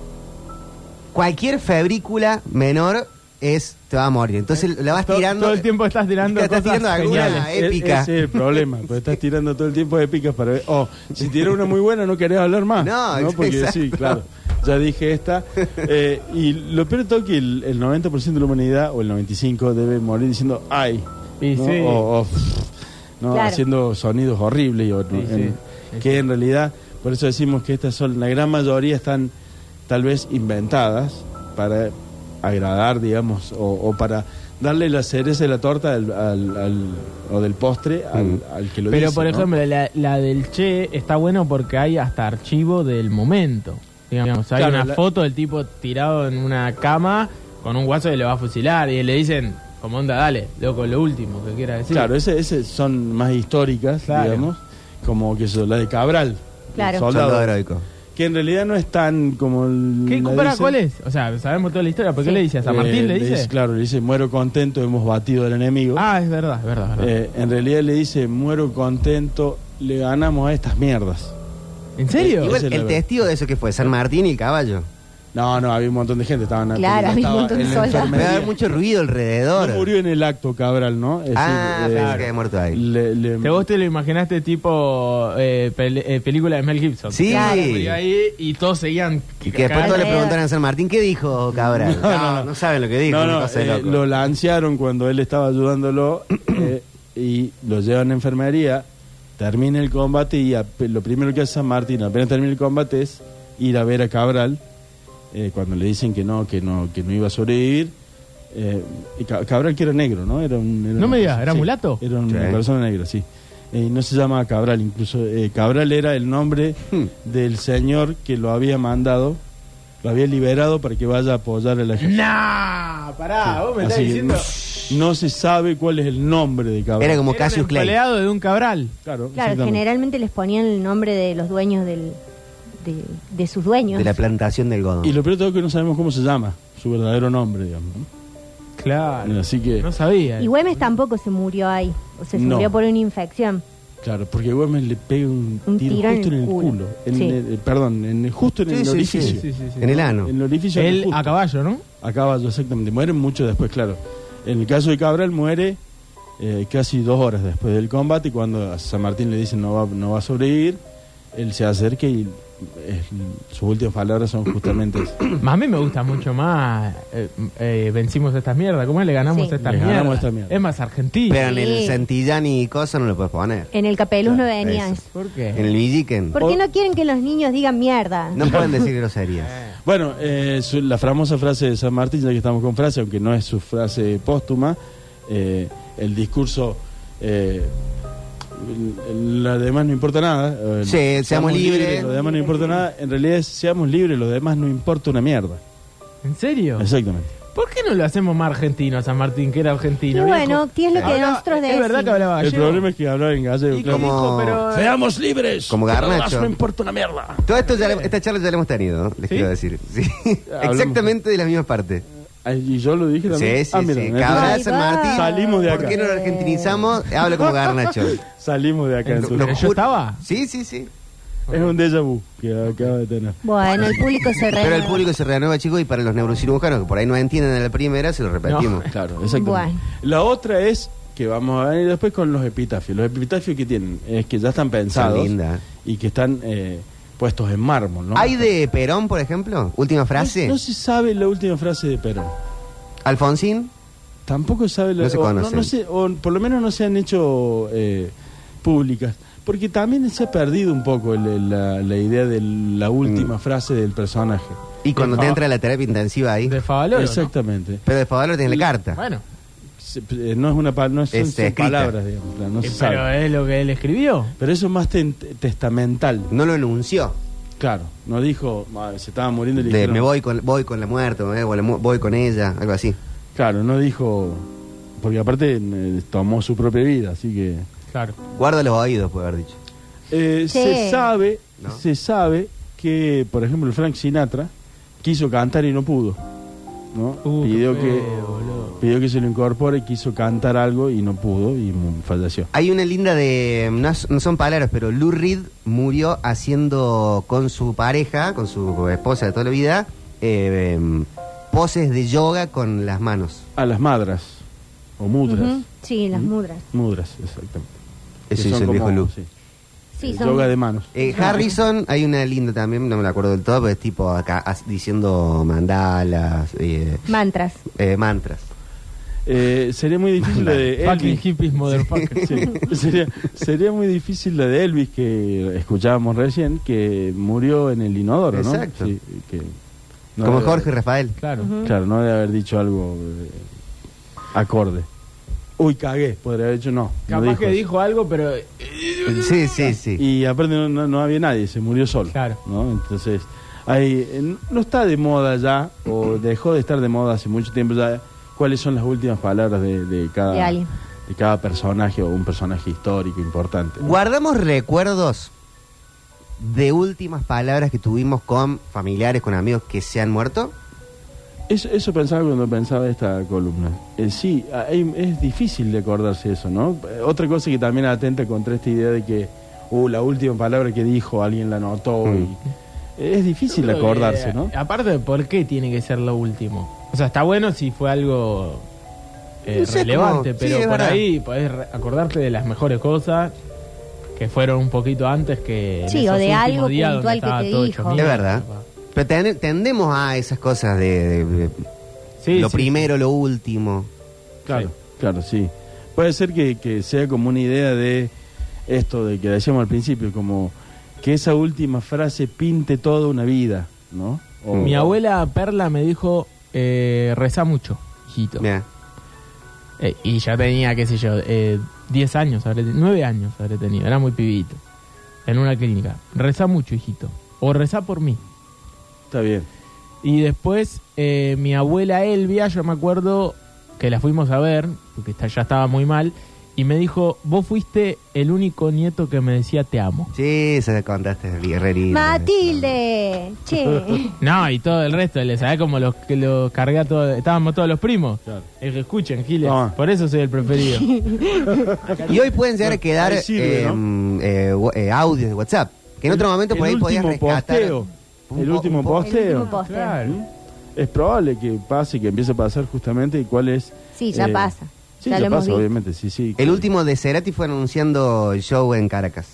Speaker 2: Cualquier febrícula menor es te va a morir.
Speaker 3: Eh,
Speaker 2: Entonces la vas
Speaker 5: To-
Speaker 2: tirando.
Speaker 5: Todo el tiempo estás tirando
Speaker 2: Te estás
Speaker 5: cosas
Speaker 2: tirando alguna,
Speaker 5: geniales.
Speaker 2: eh. épica.
Speaker 3: Ese es el problema, porque estás tirando todo el tiempo épicas para ver. Oh, si tiras una muy buena no querés hablar más.
Speaker 2: No,
Speaker 3: porque
Speaker 2: exacto.
Speaker 3: sí, claro. Ya dije esta. Eh, y lo peor de todo que el, el 90% de la humanidad, o el 95%, debe morir diciendo ay.
Speaker 5: Y
Speaker 3: ¿no?
Speaker 5: sí.
Speaker 3: O, o, ¿no?
Speaker 4: Claro.
Speaker 3: haciendo sonidos horribles. y o-
Speaker 5: Y
Speaker 3: en-
Speaker 5: sí.
Speaker 3: Que en realidad, por eso decimos que estas son, la gran mayoría están tal vez inventadas para agradar, digamos, o, o para darle la cereza de la torta al, al- al- o del postre al,
Speaker 2: Mm.
Speaker 3: al que lo
Speaker 5: Pero
Speaker 3: dice,
Speaker 5: por
Speaker 3: ¿no?
Speaker 5: ejemplo, la, la del Che está bueno porque hay hasta archivo del momento. Digamos, hay
Speaker 3: Claro,
Speaker 5: una
Speaker 3: la-
Speaker 5: foto del tipo tirado en una cama con un guaso que le va a fusilar y le dicen, como onda, dale, loco, lo último que quiera decir.
Speaker 3: Claro, esas son más históricas,
Speaker 5: Claro.
Speaker 3: digamos, como que son la de Cabral.
Speaker 4: Claro.
Speaker 3: el
Speaker 2: Soldado,
Speaker 3: soldado,
Speaker 2: heroico.
Speaker 3: que en realidad no es tan como el...
Speaker 5: ¿Qué,
Speaker 3: la
Speaker 5: pará,
Speaker 3: dicen.
Speaker 5: ¿Cuál es? O sea, sabemos toda la historia. ¿Por qué
Speaker 4: Sí.
Speaker 5: le dice a San Martín?
Speaker 3: Eh,
Speaker 5: ¿Le dice?
Speaker 3: Claro, le dice, muero contento, hemos batido al enemigo.
Speaker 5: Ah, es verdad, es verdad. es verdad.
Speaker 3: Eh, en realidad le dice, muero contento, le ganamos a estas mierdas.
Speaker 5: ¿En serio?
Speaker 3: igual-
Speaker 2: Igual,
Speaker 3: Ese es
Speaker 2: el
Speaker 3: la-
Speaker 2: testigo de eso que fue San Martín y el caballo.
Speaker 3: No, no, había un montón de gente, estaban
Speaker 4: Claro, había un
Speaker 3: estaba
Speaker 4: montón de
Speaker 3: en la
Speaker 4: soldados.
Speaker 2: Me va a haber
Speaker 3: enfermería.
Speaker 2: mucho ruido alrededor.
Speaker 3: No murió en el acto, Cabral, ¿no? Es
Speaker 2: Ah,
Speaker 3: decir, eh,
Speaker 2: pensé que había muerto ahí.
Speaker 3: le- le-
Speaker 5: ¿Te vos te lo imaginaste tipo eh, pele- eh, película de Mel Gibson?
Speaker 2: Sí.
Speaker 5: Claro, murió ahí y todos seguían.
Speaker 2: Y que después todos le
Speaker 4: Alrededor.
Speaker 2: preguntaron a San Martín, ¿qué dijo Cabral? No, no, saben lo que dijo.
Speaker 3: No,
Speaker 2: una
Speaker 3: no,
Speaker 2: cosa de
Speaker 3: eh,
Speaker 2: loco.
Speaker 3: lo lancearon cuando él estaba ayudándolo eh, y lo llevan a enfermería. Termina el combate y ap- lo primero que hace San Martín apenas termina el combate es ir a ver a Cabral. eh, cuando le dicen que no, que no, que no iba a sobrevivir. eh, y Ca- Cabral que era negro, ¿no? Era un- era
Speaker 5: No
Speaker 3: una
Speaker 5: me digas,
Speaker 3: persona-
Speaker 5: ¿era
Speaker 3: sí,
Speaker 5: mulato?
Speaker 3: Era una
Speaker 2: Sí.
Speaker 3: persona negra, sí. Eh, no se llamaba Cabral, incluso eh, Cabral era el nombre
Speaker 2: Hmm.
Speaker 3: del señor que lo había mandado, lo había liberado para que vaya a apoyar a la
Speaker 5: ¡Nah! Pará, vos me estás
Speaker 3: Así que
Speaker 5: diciendo.
Speaker 3: no, no se sabe cuál es el nombre de Cabral.
Speaker 2: Era como
Speaker 5: Era un
Speaker 2: Cassius Clay.
Speaker 5: empleado de un cabral.
Speaker 3: Claro,
Speaker 4: Claro,
Speaker 3: exactamente.
Speaker 4: generalmente les ponían el nombre de los dueños del, de, de sus dueños.
Speaker 2: De la plantación del
Speaker 3: Y
Speaker 2: godón.
Speaker 3: lo peor de todo es que no sabemos cómo se llama, su verdadero nombre, digamos. ¿no?
Speaker 5: Claro.
Speaker 3: Así que,
Speaker 5: No sabía.
Speaker 4: y Güemes tampoco se murió ahí. O sea, se
Speaker 3: No.
Speaker 4: murió por una infección.
Speaker 3: claro, porque Güemes le pega un,
Speaker 4: Un
Speaker 3: tiro
Speaker 4: tiro en
Speaker 3: justo en
Speaker 4: el
Speaker 3: el culo.
Speaker 4: culo.
Speaker 3: En
Speaker 4: Sí.
Speaker 3: el- eh, perdón, en, justo en
Speaker 2: Sí,
Speaker 3: el
Speaker 2: sí,
Speaker 3: orificio.
Speaker 2: sí,
Speaker 5: sí, sí, sí.
Speaker 2: En el ano.
Speaker 3: En el orificio. en el
Speaker 5: Él
Speaker 3: justo.
Speaker 5: a caballo, ¿no?
Speaker 3: A caballo, exactamente. Mueren mucho después, claro. En el caso de Cabral muere eh, casi dos horas después del combate y cuando a San Martín le dicen no va, no va a sobrevivir, él se acerca y eh, sus últimas palabras son justamente esas.
Speaker 5: Más a mí me gusta mucho más. eh, eh, vencimos estas mierdas. ¿Cómo es? le ganamos
Speaker 4: Sí.
Speaker 5: estas
Speaker 3: Le ganamos
Speaker 5: mierdas?
Speaker 3: esta mierda.
Speaker 5: Es más argentino.
Speaker 2: Pero en el
Speaker 4: Sí.
Speaker 2: Santillán y cosa no lo puedes poner.
Speaker 4: En el Capeluz no
Speaker 2: Claro,
Speaker 4: venía
Speaker 2: eso.
Speaker 4: eso.
Speaker 5: ¿Por qué?
Speaker 2: En el Villiquen.
Speaker 4: ¿Por qué no quieren que los niños digan mierda?
Speaker 2: No pueden decir groserías.
Speaker 3: Bueno, eh, su- la famosa frase de San Martín, ya que estamos con frase, aunque no es su frase póstuma, eh, el discurso, eh, el- el- lo demás no importa nada. eh,
Speaker 2: Sí, seamos libres.
Speaker 3: Lo demás no importa nada. En realidad es seamos libres, lo demás no importa una mierda.
Speaker 5: ¿En serio?
Speaker 3: Exactamente.
Speaker 5: ¿Por qué no lo hacemos más argentino, San Martín, que era
Speaker 4: Y
Speaker 5: argentino?
Speaker 4: bueno, Octi, es lo que
Speaker 5: Habla-
Speaker 4: nosotros
Speaker 5: Es
Speaker 4: decimos.
Speaker 5: verdad que hablaba
Speaker 3: El
Speaker 5: gallego.
Speaker 3: problema es que hablaba en gallego,
Speaker 5: Ah, Y
Speaker 3: claro.
Speaker 5: como-
Speaker 2: Como-
Speaker 5: pero, eh,
Speaker 3: Seamos libres.
Speaker 2: Como
Speaker 3: que lo demás
Speaker 2: Garnacho.
Speaker 3: No importa una mierda.
Speaker 2: Todo esto, ya le- esta charla ya la hemos tenido, les
Speaker 5: ¿Sí?
Speaker 2: quiero decir. Sí.
Speaker 3: Ah, Hablamos.
Speaker 2: Exactamente de la misma parte.
Speaker 3: Ay, Ah, Y yo lo dije también.
Speaker 2: Sí, sí,
Speaker 3: Ah, mira,
Speaker 2: sí.
Speaker 3: entonces
Speaker 2: Cabral, San
Speaker 4: Ahí va.
Speaker 2: Martín.
Speaker 3: Salimos de
Speaker 2: ¿Por
Speaker 3: acá.
Speaker 2: qué no lo argentinizamos? Habla como Garnacho.
Speaker 3: Salimos de acá.
Speaker 5: Pero
Speaker 3: entonces.
Speaker 5: yo estaba.
Speaker 2: Sí, sí, sí.
Speaker 3: Es un déjà vu que acaba de tener.
Speaker 4: Bueno, el público se re...
Speaker 2: Pero el público se renueva, chicos, y para los neurocirujanos que por ahí no entienden a la primera, se lo repetimos.
Speaker 3: Claro, exactamente.
Speaker 4: Bueno.
Speaker 3: La otra es que vamos a venir después con los epitafios. Los epitafios que tienen es que ya están pensados
Speaker 2: Son lindas.
Speaker 3: y que están eh, puestos en mármol, ¿no?
Speaker 2: ¿Hay de Perón, por ejemplo? Última frase.
Speaker 3: No, no se sabe la última frase de Perón.
Speaker 2: Alfonsín.
Speaker 3: Tampoco sabe la
Speaker 2: No se
Speaker 3: o,
Speaker 2: conocen.
Speaker 3: no sé, o por lo menos no se han hecho eh, públicas. Porque también se ha perdido un poco el- el- la, la idea de la última
Speaker 2: Mm.
Speaker 3: frase del personaje.
Speaker 2: Y cuando
Speaker 3: Ah.
Speaker 5: De
Speaker 2: te
Speaker 5: Fa-
Speaker 2: entra la terapia intensiva ahí.
Speaker 5: De Favaloro. ¿no?
Speaker 3: Exactamente.
Speaker 2: Pero de Favaloro tiene la carta.
Speaker 5: Bueno,
Speaker 3: Se- eh, no es una pa- no son,
Speaker 2: Es
Speaker 3: son
Speaker 2: Este, escrita.
Speaker 3: palabras, digamos, claro, no se
Speaker 5: eh,
Speaker 3: sabe.
Speaker 5: pero es lo que él escribió.
Speaker 3: Pero eso es más ten- testamental.
Speaker 2: No lo enunció.
Speaker 3: Claro, no dijo, "Madre, se estaba muriendo y le
Speaker 2: De
Speaker 3: dijeron-
Speaker 2: me voy con, voy con la muerte, o, eh, o la mu- voy con ella, algo así.
Speaker 3: Claro, no dijo, porque aparte eh, tomó su propia vida, así que...
Speaker 5: Claro.
Speaker 2: Guarda los oídos, puede haber dicho.
Speaker 3: Eh,
Speaker 4: Sí.
Speaker 3: Se sabe,
Speaker 2: ¿No?
Speaker 3: se sabe que, por ejemplo, el Frank Sinatra quiso cantar y no pudo. ¿no?
Speaker 5: Uh, qué
Speaker 3: pidió,
Speaker 5: feo,
Speaker 3: que,
Speaker 5: boludo.
Speaker 3: pidió que se lo incorpore, quiso cantar algo y no pudo y mm, falleció.
Speaker 2: Hay una linda de. No, es- no son palabras, pero Lou Reed murió haciendo con su pareja, con su esposa de toda la vida, eh, em, poses de yoga con las manos.
Speaker 3: A las madras, o mudras.
Speaker 4: Ujú, Sí, las mudras.
Speaker 3: Mudras, exactamente.
Speaker 2: Eso
Speaker 3: Que son
Speaker 2: hizo el viejo
Speaker 3: como-
Speaker 2: Lou.
Speaker 3: sí,
Speaker 4: Sí,
Speaker 3: eh,
Speaker 4: son...
Speaker 3: Yoga de manos.
Speaker 2: Eh, Harrison, hay una linda también, no me la acuerdo del todo, pero es tipo acá as- diciendo mandalas, eh,
Speaker 4: Mantras.
Speaker 2: eh, mantras.
Speaker 3: Eh, sería muy difícil la de
Speaker 5: Fucking
Speaker 3: Elvis.
Speaker 5: hippies, motherfucker.
Speaker 3: Eh, Sí, sería, sería muy difícil la de Elvis que escuchábamos recién, que murió en el inodoro, ¿no?
Speaker 2: Exacto.
Speaker 3: Sí, que no
Speaker 2: Como
Speaker 3: debe-
Speaker 2: Jorge Rafael.
Speaker 5: Claro.
Speaker 4: Ujú.
Speaker 3: Claro, no debe haber dicho algo. eh, acorde. Uy, cagué, podría haber hecho no. no
Speaker 5: Capaz que
Speaker 3: eso.
Speaker 5: dijo algo, pero.
Speaker 2: Sí, sí, sí.
Speaker 3: Y aparte no, no- no había nadie, se murió solo.
Speaker 5: Claro.
Speaker 3: ¿no? Entonces, hay, eh, no está de moda ya, o dejó de estar de moda hace mucho tiempo ya, cuáles son las últimas palabras de, de cada,
Speaker 4: De alguien.
Speaker 3: de cada personaje o un personaje histórico importante. ¿no?
Speaker 2: Guardamos recuerdos de últimas palabras que tuvimos con familiares, con amigos que se han muerto.
Speaker 3: Eso, eso pensaba cuando pensaba esta columna. Eh, sí, hay- es difícil de acordarse eso, ¿no? Eh, Otra cosa que también atenta contra esta idea de que, uh, la última palabra que dijo, alguien la anotó.
Speaker 2: Mm.
Speaker 3: y- eh, es difícil de acordarse, ¿no?
Speaker 5: eh, Aparte, ¿por qué tiene que ser lo último? O sea, está bueno si fue algo eh,
Speaker 2: No sé,
Speaker 5: relevante,
Speaker 2: como- sí,
Speaker 5: pero
Speaker 2: es
Speaker 5: por
Speaker 2: verdad.
Speaker 5: ahí podés re- acordarte de las mejores cosas que fueron un poquito antes que. en
Speaker 4: Sí,
Speaker 5: esos
Speaker 4: o de
Speaker 5: últimos
Speaker 4: algo
Speaker 5: días donde
Speaker 4: puntual que
Speaker 5: estaba
Speaker 4: te
Speaker 5: todo
Speaker 4: dijo.
Speaker 5: hecho
Speaker 2: Es
Speaker 5: mierda,
Speaker 2: verdad.
Speaker 5: capaz.
Speaker 2: Pero ten- tendemos a esas cosas de, de- de
Speaker 5: Sí,
Speaker 2: lo
Speaker 5: sí,
Speaker 2: primero, lo último.
Speaker 3: Claro, claro, sí. Puede ser que, que sea como una idea de esto de que decíamos al principio, como que esa última frase pinte toda una vida, ¿no? O-
Speaker 5: Mi abuela Perla me dijo: eh, reza mucho, hijito.
Speaker 2: Mira,
Speaker 5: Eh, y ya tenía, qué sé yo, eh, 10 años, habré tenido, 9 años habré tenido, era muy pibito. En una clínica. Rezá mucho, hijito. O rezá por mí.
Speaker 3: Está bien.
Speaker 5: Y después eh, mi abuela Elvia, yo me acuerdo que la fuimos a ver, porque está- ya estaba muy mal, y me dijo, vos fuiste el único nieto que me decía te amo.
Speaker 2: sí, se contaste re lindo.
Speaker 4: Matilde, che.
Speaker 5: No, y todo el resto, le sabés como los que lo cargué a todos, estábamos todos los primos.
Speaker 3: Claro.
Speaker 5: Es que Escuchen, Giles,
Speaker 3: No.
Speaker 5: por eso soy el preferido.
Speaker 2: Y hoy pueden llegar a quedar
Speaker 3: Ahí sirve,
Speaker 2: eh,
Speaker 3: ¿no?
Speaker 2: mm, eh, wa- eh, audios de WhatsApp. Que en otro
Speaker 3: El-
Speaker 2: momento por
Speaker 3: el
Speaker 2: ahí podías
Speaker 3: último
Speaker 2: rescatar.
Speaker 3: posteo.
Speaker 2: un
Speaker 3: El
Speaker 2: po-
Speaker 3: último
Speaker 2: un po-
Speaker 3: posteo.
Speaker 4: El último posteo.
Speaker 5: Claro.
Speaker 3: Es probable que pase, que empiece a pasar justamente, y cuál es...
Speaker 4: Sí, ya
Speaker 3: eh,
Speaker 4: pasa.
Speaker 3: Sí,
Speaker 4: ya
Speaker 3: ya,
Speaker 4: lo hemos
Speaker 3: pasa,
Speaker 4: visto.
Speaker 3: obviamente, sí, sí.
Speaker 2: El último de Cerati fue anunciando el show en Caracas.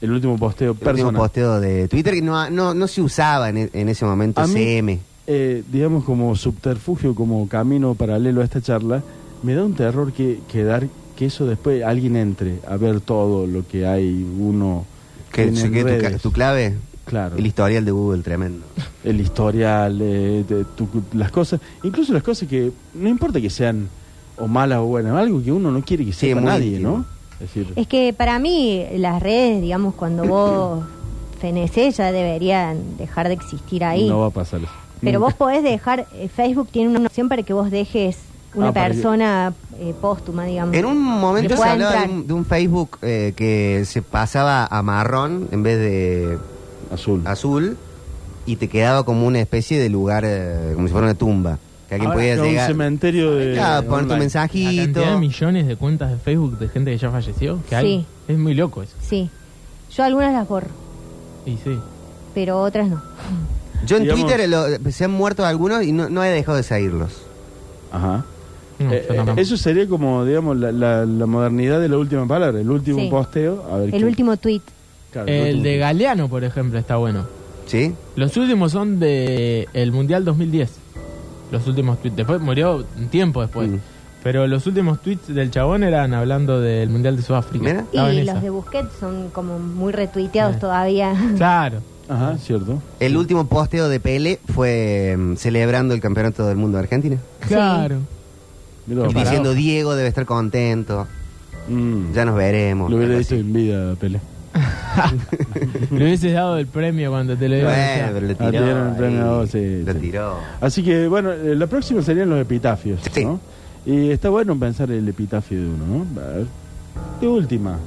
Speaker 3: El último posteo
Speaker 2: El último
Speaker 3: personal.
Speaker 2: posteo de Twitter que no, no, no se usaba en, e- en ese momento
Speaker 3: A mí-
Speaker 2: CM.
Speaker 3: eh, digamos, como subterfugio, como camino paralelo a esta charla, me da un terror que quedar que eso después alguien entre a ver todo lo que hay uno
Speaker 2: Que,
Speaker 3: tiene en
Speaker 2: que tu, ca-
Speaker 3: redes.
Speaker 2: tu clave,
Speaker 3: claro
Speaker 2: el
Speaker 3: el,
Speaker 2: historial de Google, tremendo.
Speaker 3: historial eh, de tu- las cosas incluso las cosas que no importa que sean o malas o buenas algo que uno no quiere que
Speaker 2: Sí,
Speaker 3: sepa
Speaker 2: muy
Speaker 3: nadie
Speaker 2: íntimo.
Speaker 3: no es decir
Speaker 4: Es que para mí las redes, digamos, cuando vos fenecés ya deberían dejar de existir ahí.
Speaker 3: no va a pasar eso.
Speaker 4: Pero
Speaker 3: Nunca.
Speaker 4: vos podés dejar, eh, Facebook tiene una opción para que vos dejes una
Speaker 3: Ah, para que-
Speaker 4: persona eh, póstuma, digamos.
Speaker 2: En un momento se
Speaker 4: Pueda
Speaker 2: hablaba de
Speaker 4: entrar.
Speaker 2: un, de un Facebook eh, que se pasaba a marrón en vez de
Speaker 3: azul
Speaker 2: azul y te quedaba como una especie de lugar, eh, como si fuera una tumba. Que alguien
Speaker 5: Ahora
Speaker 2: podía
Speaker 3: Era un
Speaker 2: llegar. Ah,
Speaker 3: cementerio de
Speaker 2: Claro, poner tu
Speaker 3: online.
Speaker 5: La
Speaker 2: mensajito.
Speaker 5: cantidad de millones de cuentas de Facebook de gente que ya falleció que hay. Es muy loco eso.
Speaker 4: Sí. Yo algunas las borro,
Speaker 5: Y sí.
Speaker 4: pero otras no.
Speaker 2: Yo en
Speaker 3: Digamos-
Speaker 2: Twitter lo- se han muerto algunos y no, no he dejado de seguirlos.
Speaker 3: ajá
Speaker 5: No,
Speaker 3: Eh,
Speaker 5: yo
Speaker 3: eh,
Speaker 5: tampoco.
Speaker 3: eso sería como, digamos, la, la- la modernidad de la última palabra, el último
Speaker 4: Sí.
Speaker 3: posteo. A ver
Speaker 4: El
Speaker 3: qué-
Speaker 4: último tweet.
Speaker 3: claro, el
Speaker 5: el
Speaker 3: último.
Speaker 5: de Galeano, por ejemplo, está bueno.
Speaker 2: ¿Sí?
Speaker 5: Los últimos son de el Mundial 2010. Los últimos tweets. Después murió un tiempo después.
Speaker 3: Mm.
Speaker 5: Pero los últimos tweets del chabón eran hablando del Mundial de Sudáfrica.
Speaker 2: Mira.
Speaker 4: Y
Speaker 5: Estaba Ah, en
Speaker 4: los
Speaker 5: esa.
Speaker 4: de Busquets son como muy retuiteados
Speaker 5: Eh.
Speaker 4: todavía.
Speaker 5: Claro.
Speaker 3: Ajá, cierto.
Speaker 2: El último posteo de Pele fue mm, celebrando el campeonato del mundo de Argentina.
Speaker 5: Claro.
Speaker 3: Mirá,
Speaker 5: Qué
Speaker 3: pará.
Speaker 2: Diciendo Diego debe estar contento,
Speaker 3: Mm.
Speaker 2: ya nos veremos.
Speaker 3: Lo hubiera
Speaker 2: algo
Speaker 3: dicho
Speaker 2: así.
Speaker 3: en vida, Pele.
Speaker 5: Le hubieses dado el premio cuando te lo iban a
Speaker 2: Bueno,
Speaker 5: hacer.
Speaker 2: pero lo
Speaker 3: Ah,
Speaker 2: tiró.
Speaker 3: tiraron el premio,
Speaker 2: ahí,
Speaker 3: sí,
Speaker 2: lo
Speaker 3: sí.
Speaker 2: tiró.
Speaker 3: Así que, bueno, eh, la próxima serían los epitafios,
Speaker 2: Sí.
Speaker 3: ¿no? Y está bueno pensar el epitafio de uno, ¿no? A ver. De última.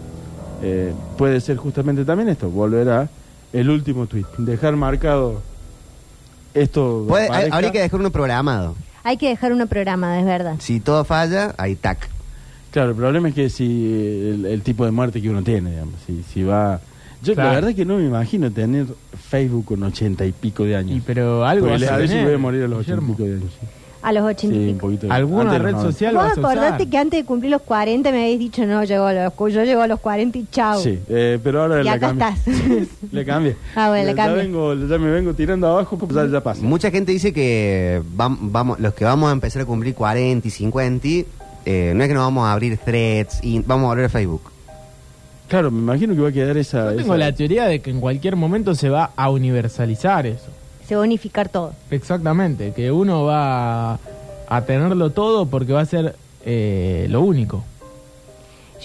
Speaker 3: eh, puede ser justamente también esto, volver a el último tweet. Dejar marcado esto.
Speaker 2: Puede- hay-
Speaker 3: aparezca.
Speaker 2: habría que dejar uno programado.
Speaker 4: Hay que dejar uno programado, es verdad.
Speaker 2: Si todo falla, ahí tac.
Speaker 3: Claro, el problema es que si el, el tipo de muerte que uno tiene, digamos, si, si va... Yo
Speaker 5: Claro.
Speaker 3: la verdad es que no me imagino tener Facebook con ochenta y pico de años.
Speaker 5: Y pero algo
Speaker 3: Porque
Speaker 5: vas
Speaker 3: Pues a
Speaker 5: a
Speaker 3: veces
Speaker 5: tener,
Speaker 3: voy a morir a los ochenta y
Speaker 5: Guillermo.
Speaker 3: pico de años. sí.
Speaker 4: A los
Speaker 3: Sí,
Speaker 4: 80 y
Speaker 3: un
Speaker 4: pico.
Speaker 3: poquito.
Speaker 5: ¿Alguna
Speaker 3: Antes de
Speaker 5: red
Speaker 3: los
Speaker 5: social
Speaker 4: Vos
Speaker 5: vas a usar?
Speaker 4: acordate que antes de cumplir los 40 me habéis dicho, no, llegó a los, cu- yo llego a los 40 y chao.
Speaker 3: 90. Sí, eh, pero ahora
Speaker 4: Y
Speaker 3: la
Speaker 4: acá
Speaker 3: cambié.
Speaker 4: estás.
Speaker 3: Le cambié.
Speaker 4: Ah, bueno,
Speaker 3: Ya
Speaker 4: le cambié.
Speaker 3: vengo- ya me vengo tirando abajo, pues ya, ya pasa.
Speaker 2: Mucha gente dice que vam- vamos, los que vamos a empezar a cumplir 40 y 50, eh, no es que no vamos a abrir threads y vamos a volver a Facebook.
Speaker 3: Claro, me imagino que va a quedar esa...
Speaker 5: Yo tengo
Speaker 3: esa-
Speaker 5: la teoría de que en cualquier momento se va a universalizar eso.
Speaker 4: Se va a unificar todo.
Speaker 5: Exactamente, que uno va a tenerlo todo porque va a ser eh, lo único.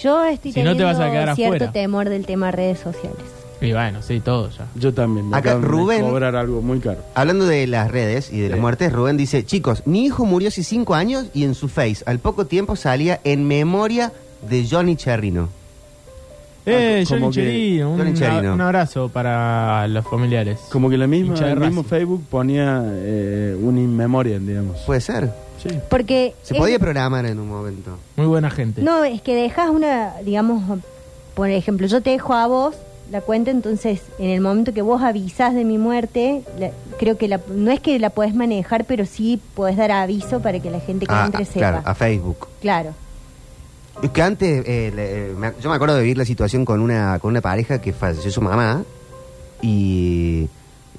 Speaker 4: Yo estoy
Speaker 5: Si no te
Speaker 4: teniendo
Speaker 5: vas a quedar
Speaker 4: cierto
Speaker 5: afuera.
Speaker 4: temor del tema redes sociales.
Speaker 5: Y bueno, sí, todo ya.
Speaker 3: Yo también. me
Speaker 2: Acá
Speaker 3: acaban de
Speaker 2: Rubén-
Speaker 3: Cobrar algo muy caro.
Speaker 2: Hablando de las redes y de las
Speaker 3: Sí.
Speaker 2: muertes, Rubén dice, chicos, mi hijo murió hace cinco años y en su face al poco tiempo salía en memoria de Johnny Cherrino.
Speaker 5: Eh,
Speaker 3: Ah, como
Speaker 5: Johnny
Speaker 3: que-
Speaker 5: Cherino, un,
Speaker 2: Johnny Cherino.
Speaker 5: un abrazo para los familiares.
Speaker 3: Como que la misma,
Speaker 5: Hincha de
Speaker 3: el mismo
Speaker 5: Racing.
Speaker 3: Facebook ponía eh, un in memoriam, digamos.
Speaker 2: Puede ser.
Speaker 3: Sí.
Speaker 4: Porque.
Speaker 2: Se
Speaker 4: es-
Speaker 2: podía programar en un momento.
Speaker 5: Muy buena
Speaker 2: Este.
Speaker 5: gente.
Speaker 4: No, es que dejas una, digamos, por ejemplo, yo te dejo a vos la cuenta, entonces en el momento que vos avisás de mi muerte, la- creo que la, no es que la podés manejar, pero sí podés dar aviso para que la gente que
Speaker 2: A-
Speaker 4: entre
Speaker 2: a-
Speaker 4: sepa.
Speaker 2: Ah, claro, a Facebook.
Speaker 4: Claro.
Speaker 2: Es que antes, eh, le- eh, me ac- yo me acuerdo de vivir la situación con una, con una pareja que falleció su mamá y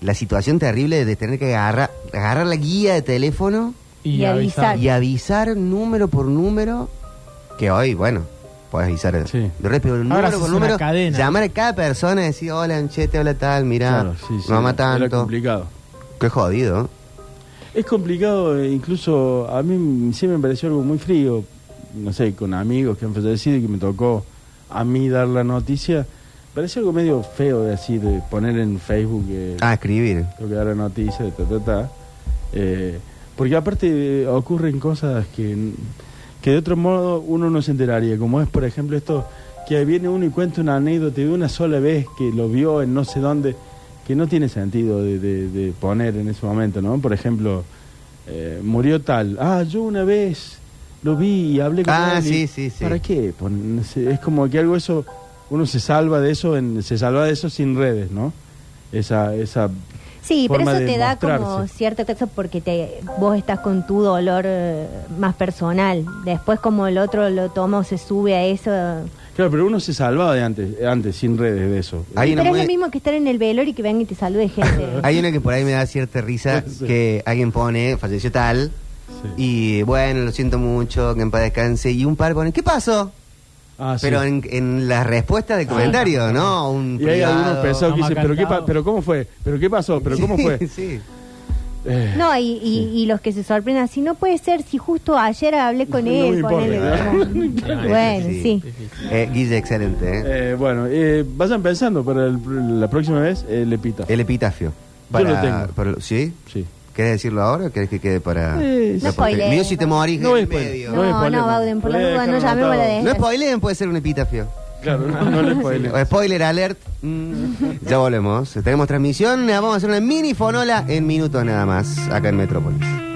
Speaker 2: la situación terrible de tener que agarrar, agarrar la guía de teléfono
Speaker 4: y avisar.
Speaker 2: y avisar número por número, que hoy, bueno, puedes avisar
Speaker 3: Sí.
Speaker 2: de repente, número
Speaker 5: Ahora haces
Speaker 2: por
Speaker 5: una
Speaker 2: número,
Speaker 5: cadena.
Speaker 2: llamar a cada persona y decir, hola, anchete, hola tal, mirá,
Speaker 3: Claro, sí, sí.
Speaker 2: mamá
Speaker 3: Era
Speaker 2: tanto.
Speaker 3: complicado.
Speaker 2: Qué jodido.
Speaker 3: Es complicado, eh, incluso a mí siempre me pareció algo muy frío, no sé, con amigos que han fallecido y que me tocó a mí dar la noticia. Parece algo medio feo de así, de poner en Facebook eh,
Speaker 2: Ah, escribir.
Speaker 3: tengo que dar la noticia, ta, ta, ta. Eh, porque aparte eh, ocurren cosas que, n- que de otro modo uno no se enteraría, como es por ejemplo esto, que viene uno y cuenta una anécdota de una sola vez que lo vio en no sé dónde, que no tiene sentido de, de- de poner en ese momento, ¿no? Por ejemplo, eh, murió tal, ah, yo una vez lo vi y hablé con
Speaker 2: Ah,
Speaker 3: él y-
Speaker 2: sí, sí, sí.
Speaker 3: ¿Para qué? Pon- no sé, es como que algo eso, uno se salva de eso, en, se salva de eso sin redes, ¿no? Esa, esa
Speaker 4: Sí, pero
Speaker 3: forma
Speaker 4: eso
Speaker 3: de
Speaker 4: te da como
Speaker 3: mostrarse.
Speaker 4: cierta cosa porque te, vos estás con tu dolor eh, más personal. Después como el otro lo toma o se sube a eso.
Speaker 3: Claro, pero uno se salvaba de antes, eh, antes sin redes de eso.
Speaker 2: Hay una
Speaker 4: pero es
Speaker 2: muy-
Speaker 4: lo mismo que estar en el velor y que vengan y te salude gente.
Speaker 2: Hay una que por ahí me da cierta risa,
Speaker 3: Sí.
Speaker 2: que alguien pone, falleció tal, y bueno, lo siento mucho, que en paz descanse, y un par ponen, ¿qué pasó?
Speaker 3: Ah, sí. Ah.
Speaker 2: Pero en, en las respuestas del comentario, ¿no? Un
Speaker 3: y hay algunos
Speaker 2: privado.
Speaker 3: pesados que
Speaker 5: Vamos
Speaker 3: dicen, ¿pero, qué pa-
Speaker 5: cantado.
Speaker 3: ¿pero cómo fue? ¿Pero qué pasó? ¿Pero cómo fue?
Speaker 2: Sí, sí.
Speaker 3: Eh,
Speaker 4: No, y, y, y los que se sorprenden así, no puede ser si justo ayer hablé con
Speaker 3: No me
Speaker 4: él.
Speaker 3: importa,
Speaker 4: ponele,
Speaker 3: claro.
Speaker 4: como- bueno,
Speaker 2: Sí.
Speaker 4: sí.
Speaker 2: Eh, Guille, excelente, ¿eh?
Speaker 3: eh, bueno, eh, vayan pensando para el- la próxima vez, eh, el epita.
Speaker 2: El epitafio.
Speaker 3: lo tengo.
Speaker 2: para- ¿Sí?
Speaker 3: Sí.
Speaker 2: ¿Querés decirlo ahora o querés que quede para.?
Speaker 3: Eh,
Speaker 4: No
Speaker 2: Ah, la- porque-
Speaker 4: spoilees.
Speaker 2: Mío si te morís
Speaker 3: No
Speaker 2: en el
Speaker 3: spoile-
Speaker 2: medio.
Speaker 3: No
Speaker 4: No,
Speaker 3: es
Speaker 4: no,
Speaker 3: problema.
Speaker 4: Bauden, por la
Speaker 3: Voy a
Speaker 4: duda no
Speaker 3: dejarlo
Speaker 4: llamemos a la
Speaker 3: anotado.
Speaker 4: de.
Speaker 2: No spoileen, puede ser un epitafio.
Speaker 3: Claro, no, no le spoilees.
Speaker 2: O spoiler alert. Mm. Ya volvemos. Tenemos transmisión. Vamos a hacer una mini fonola en minutos nada más acá en Metrópolis.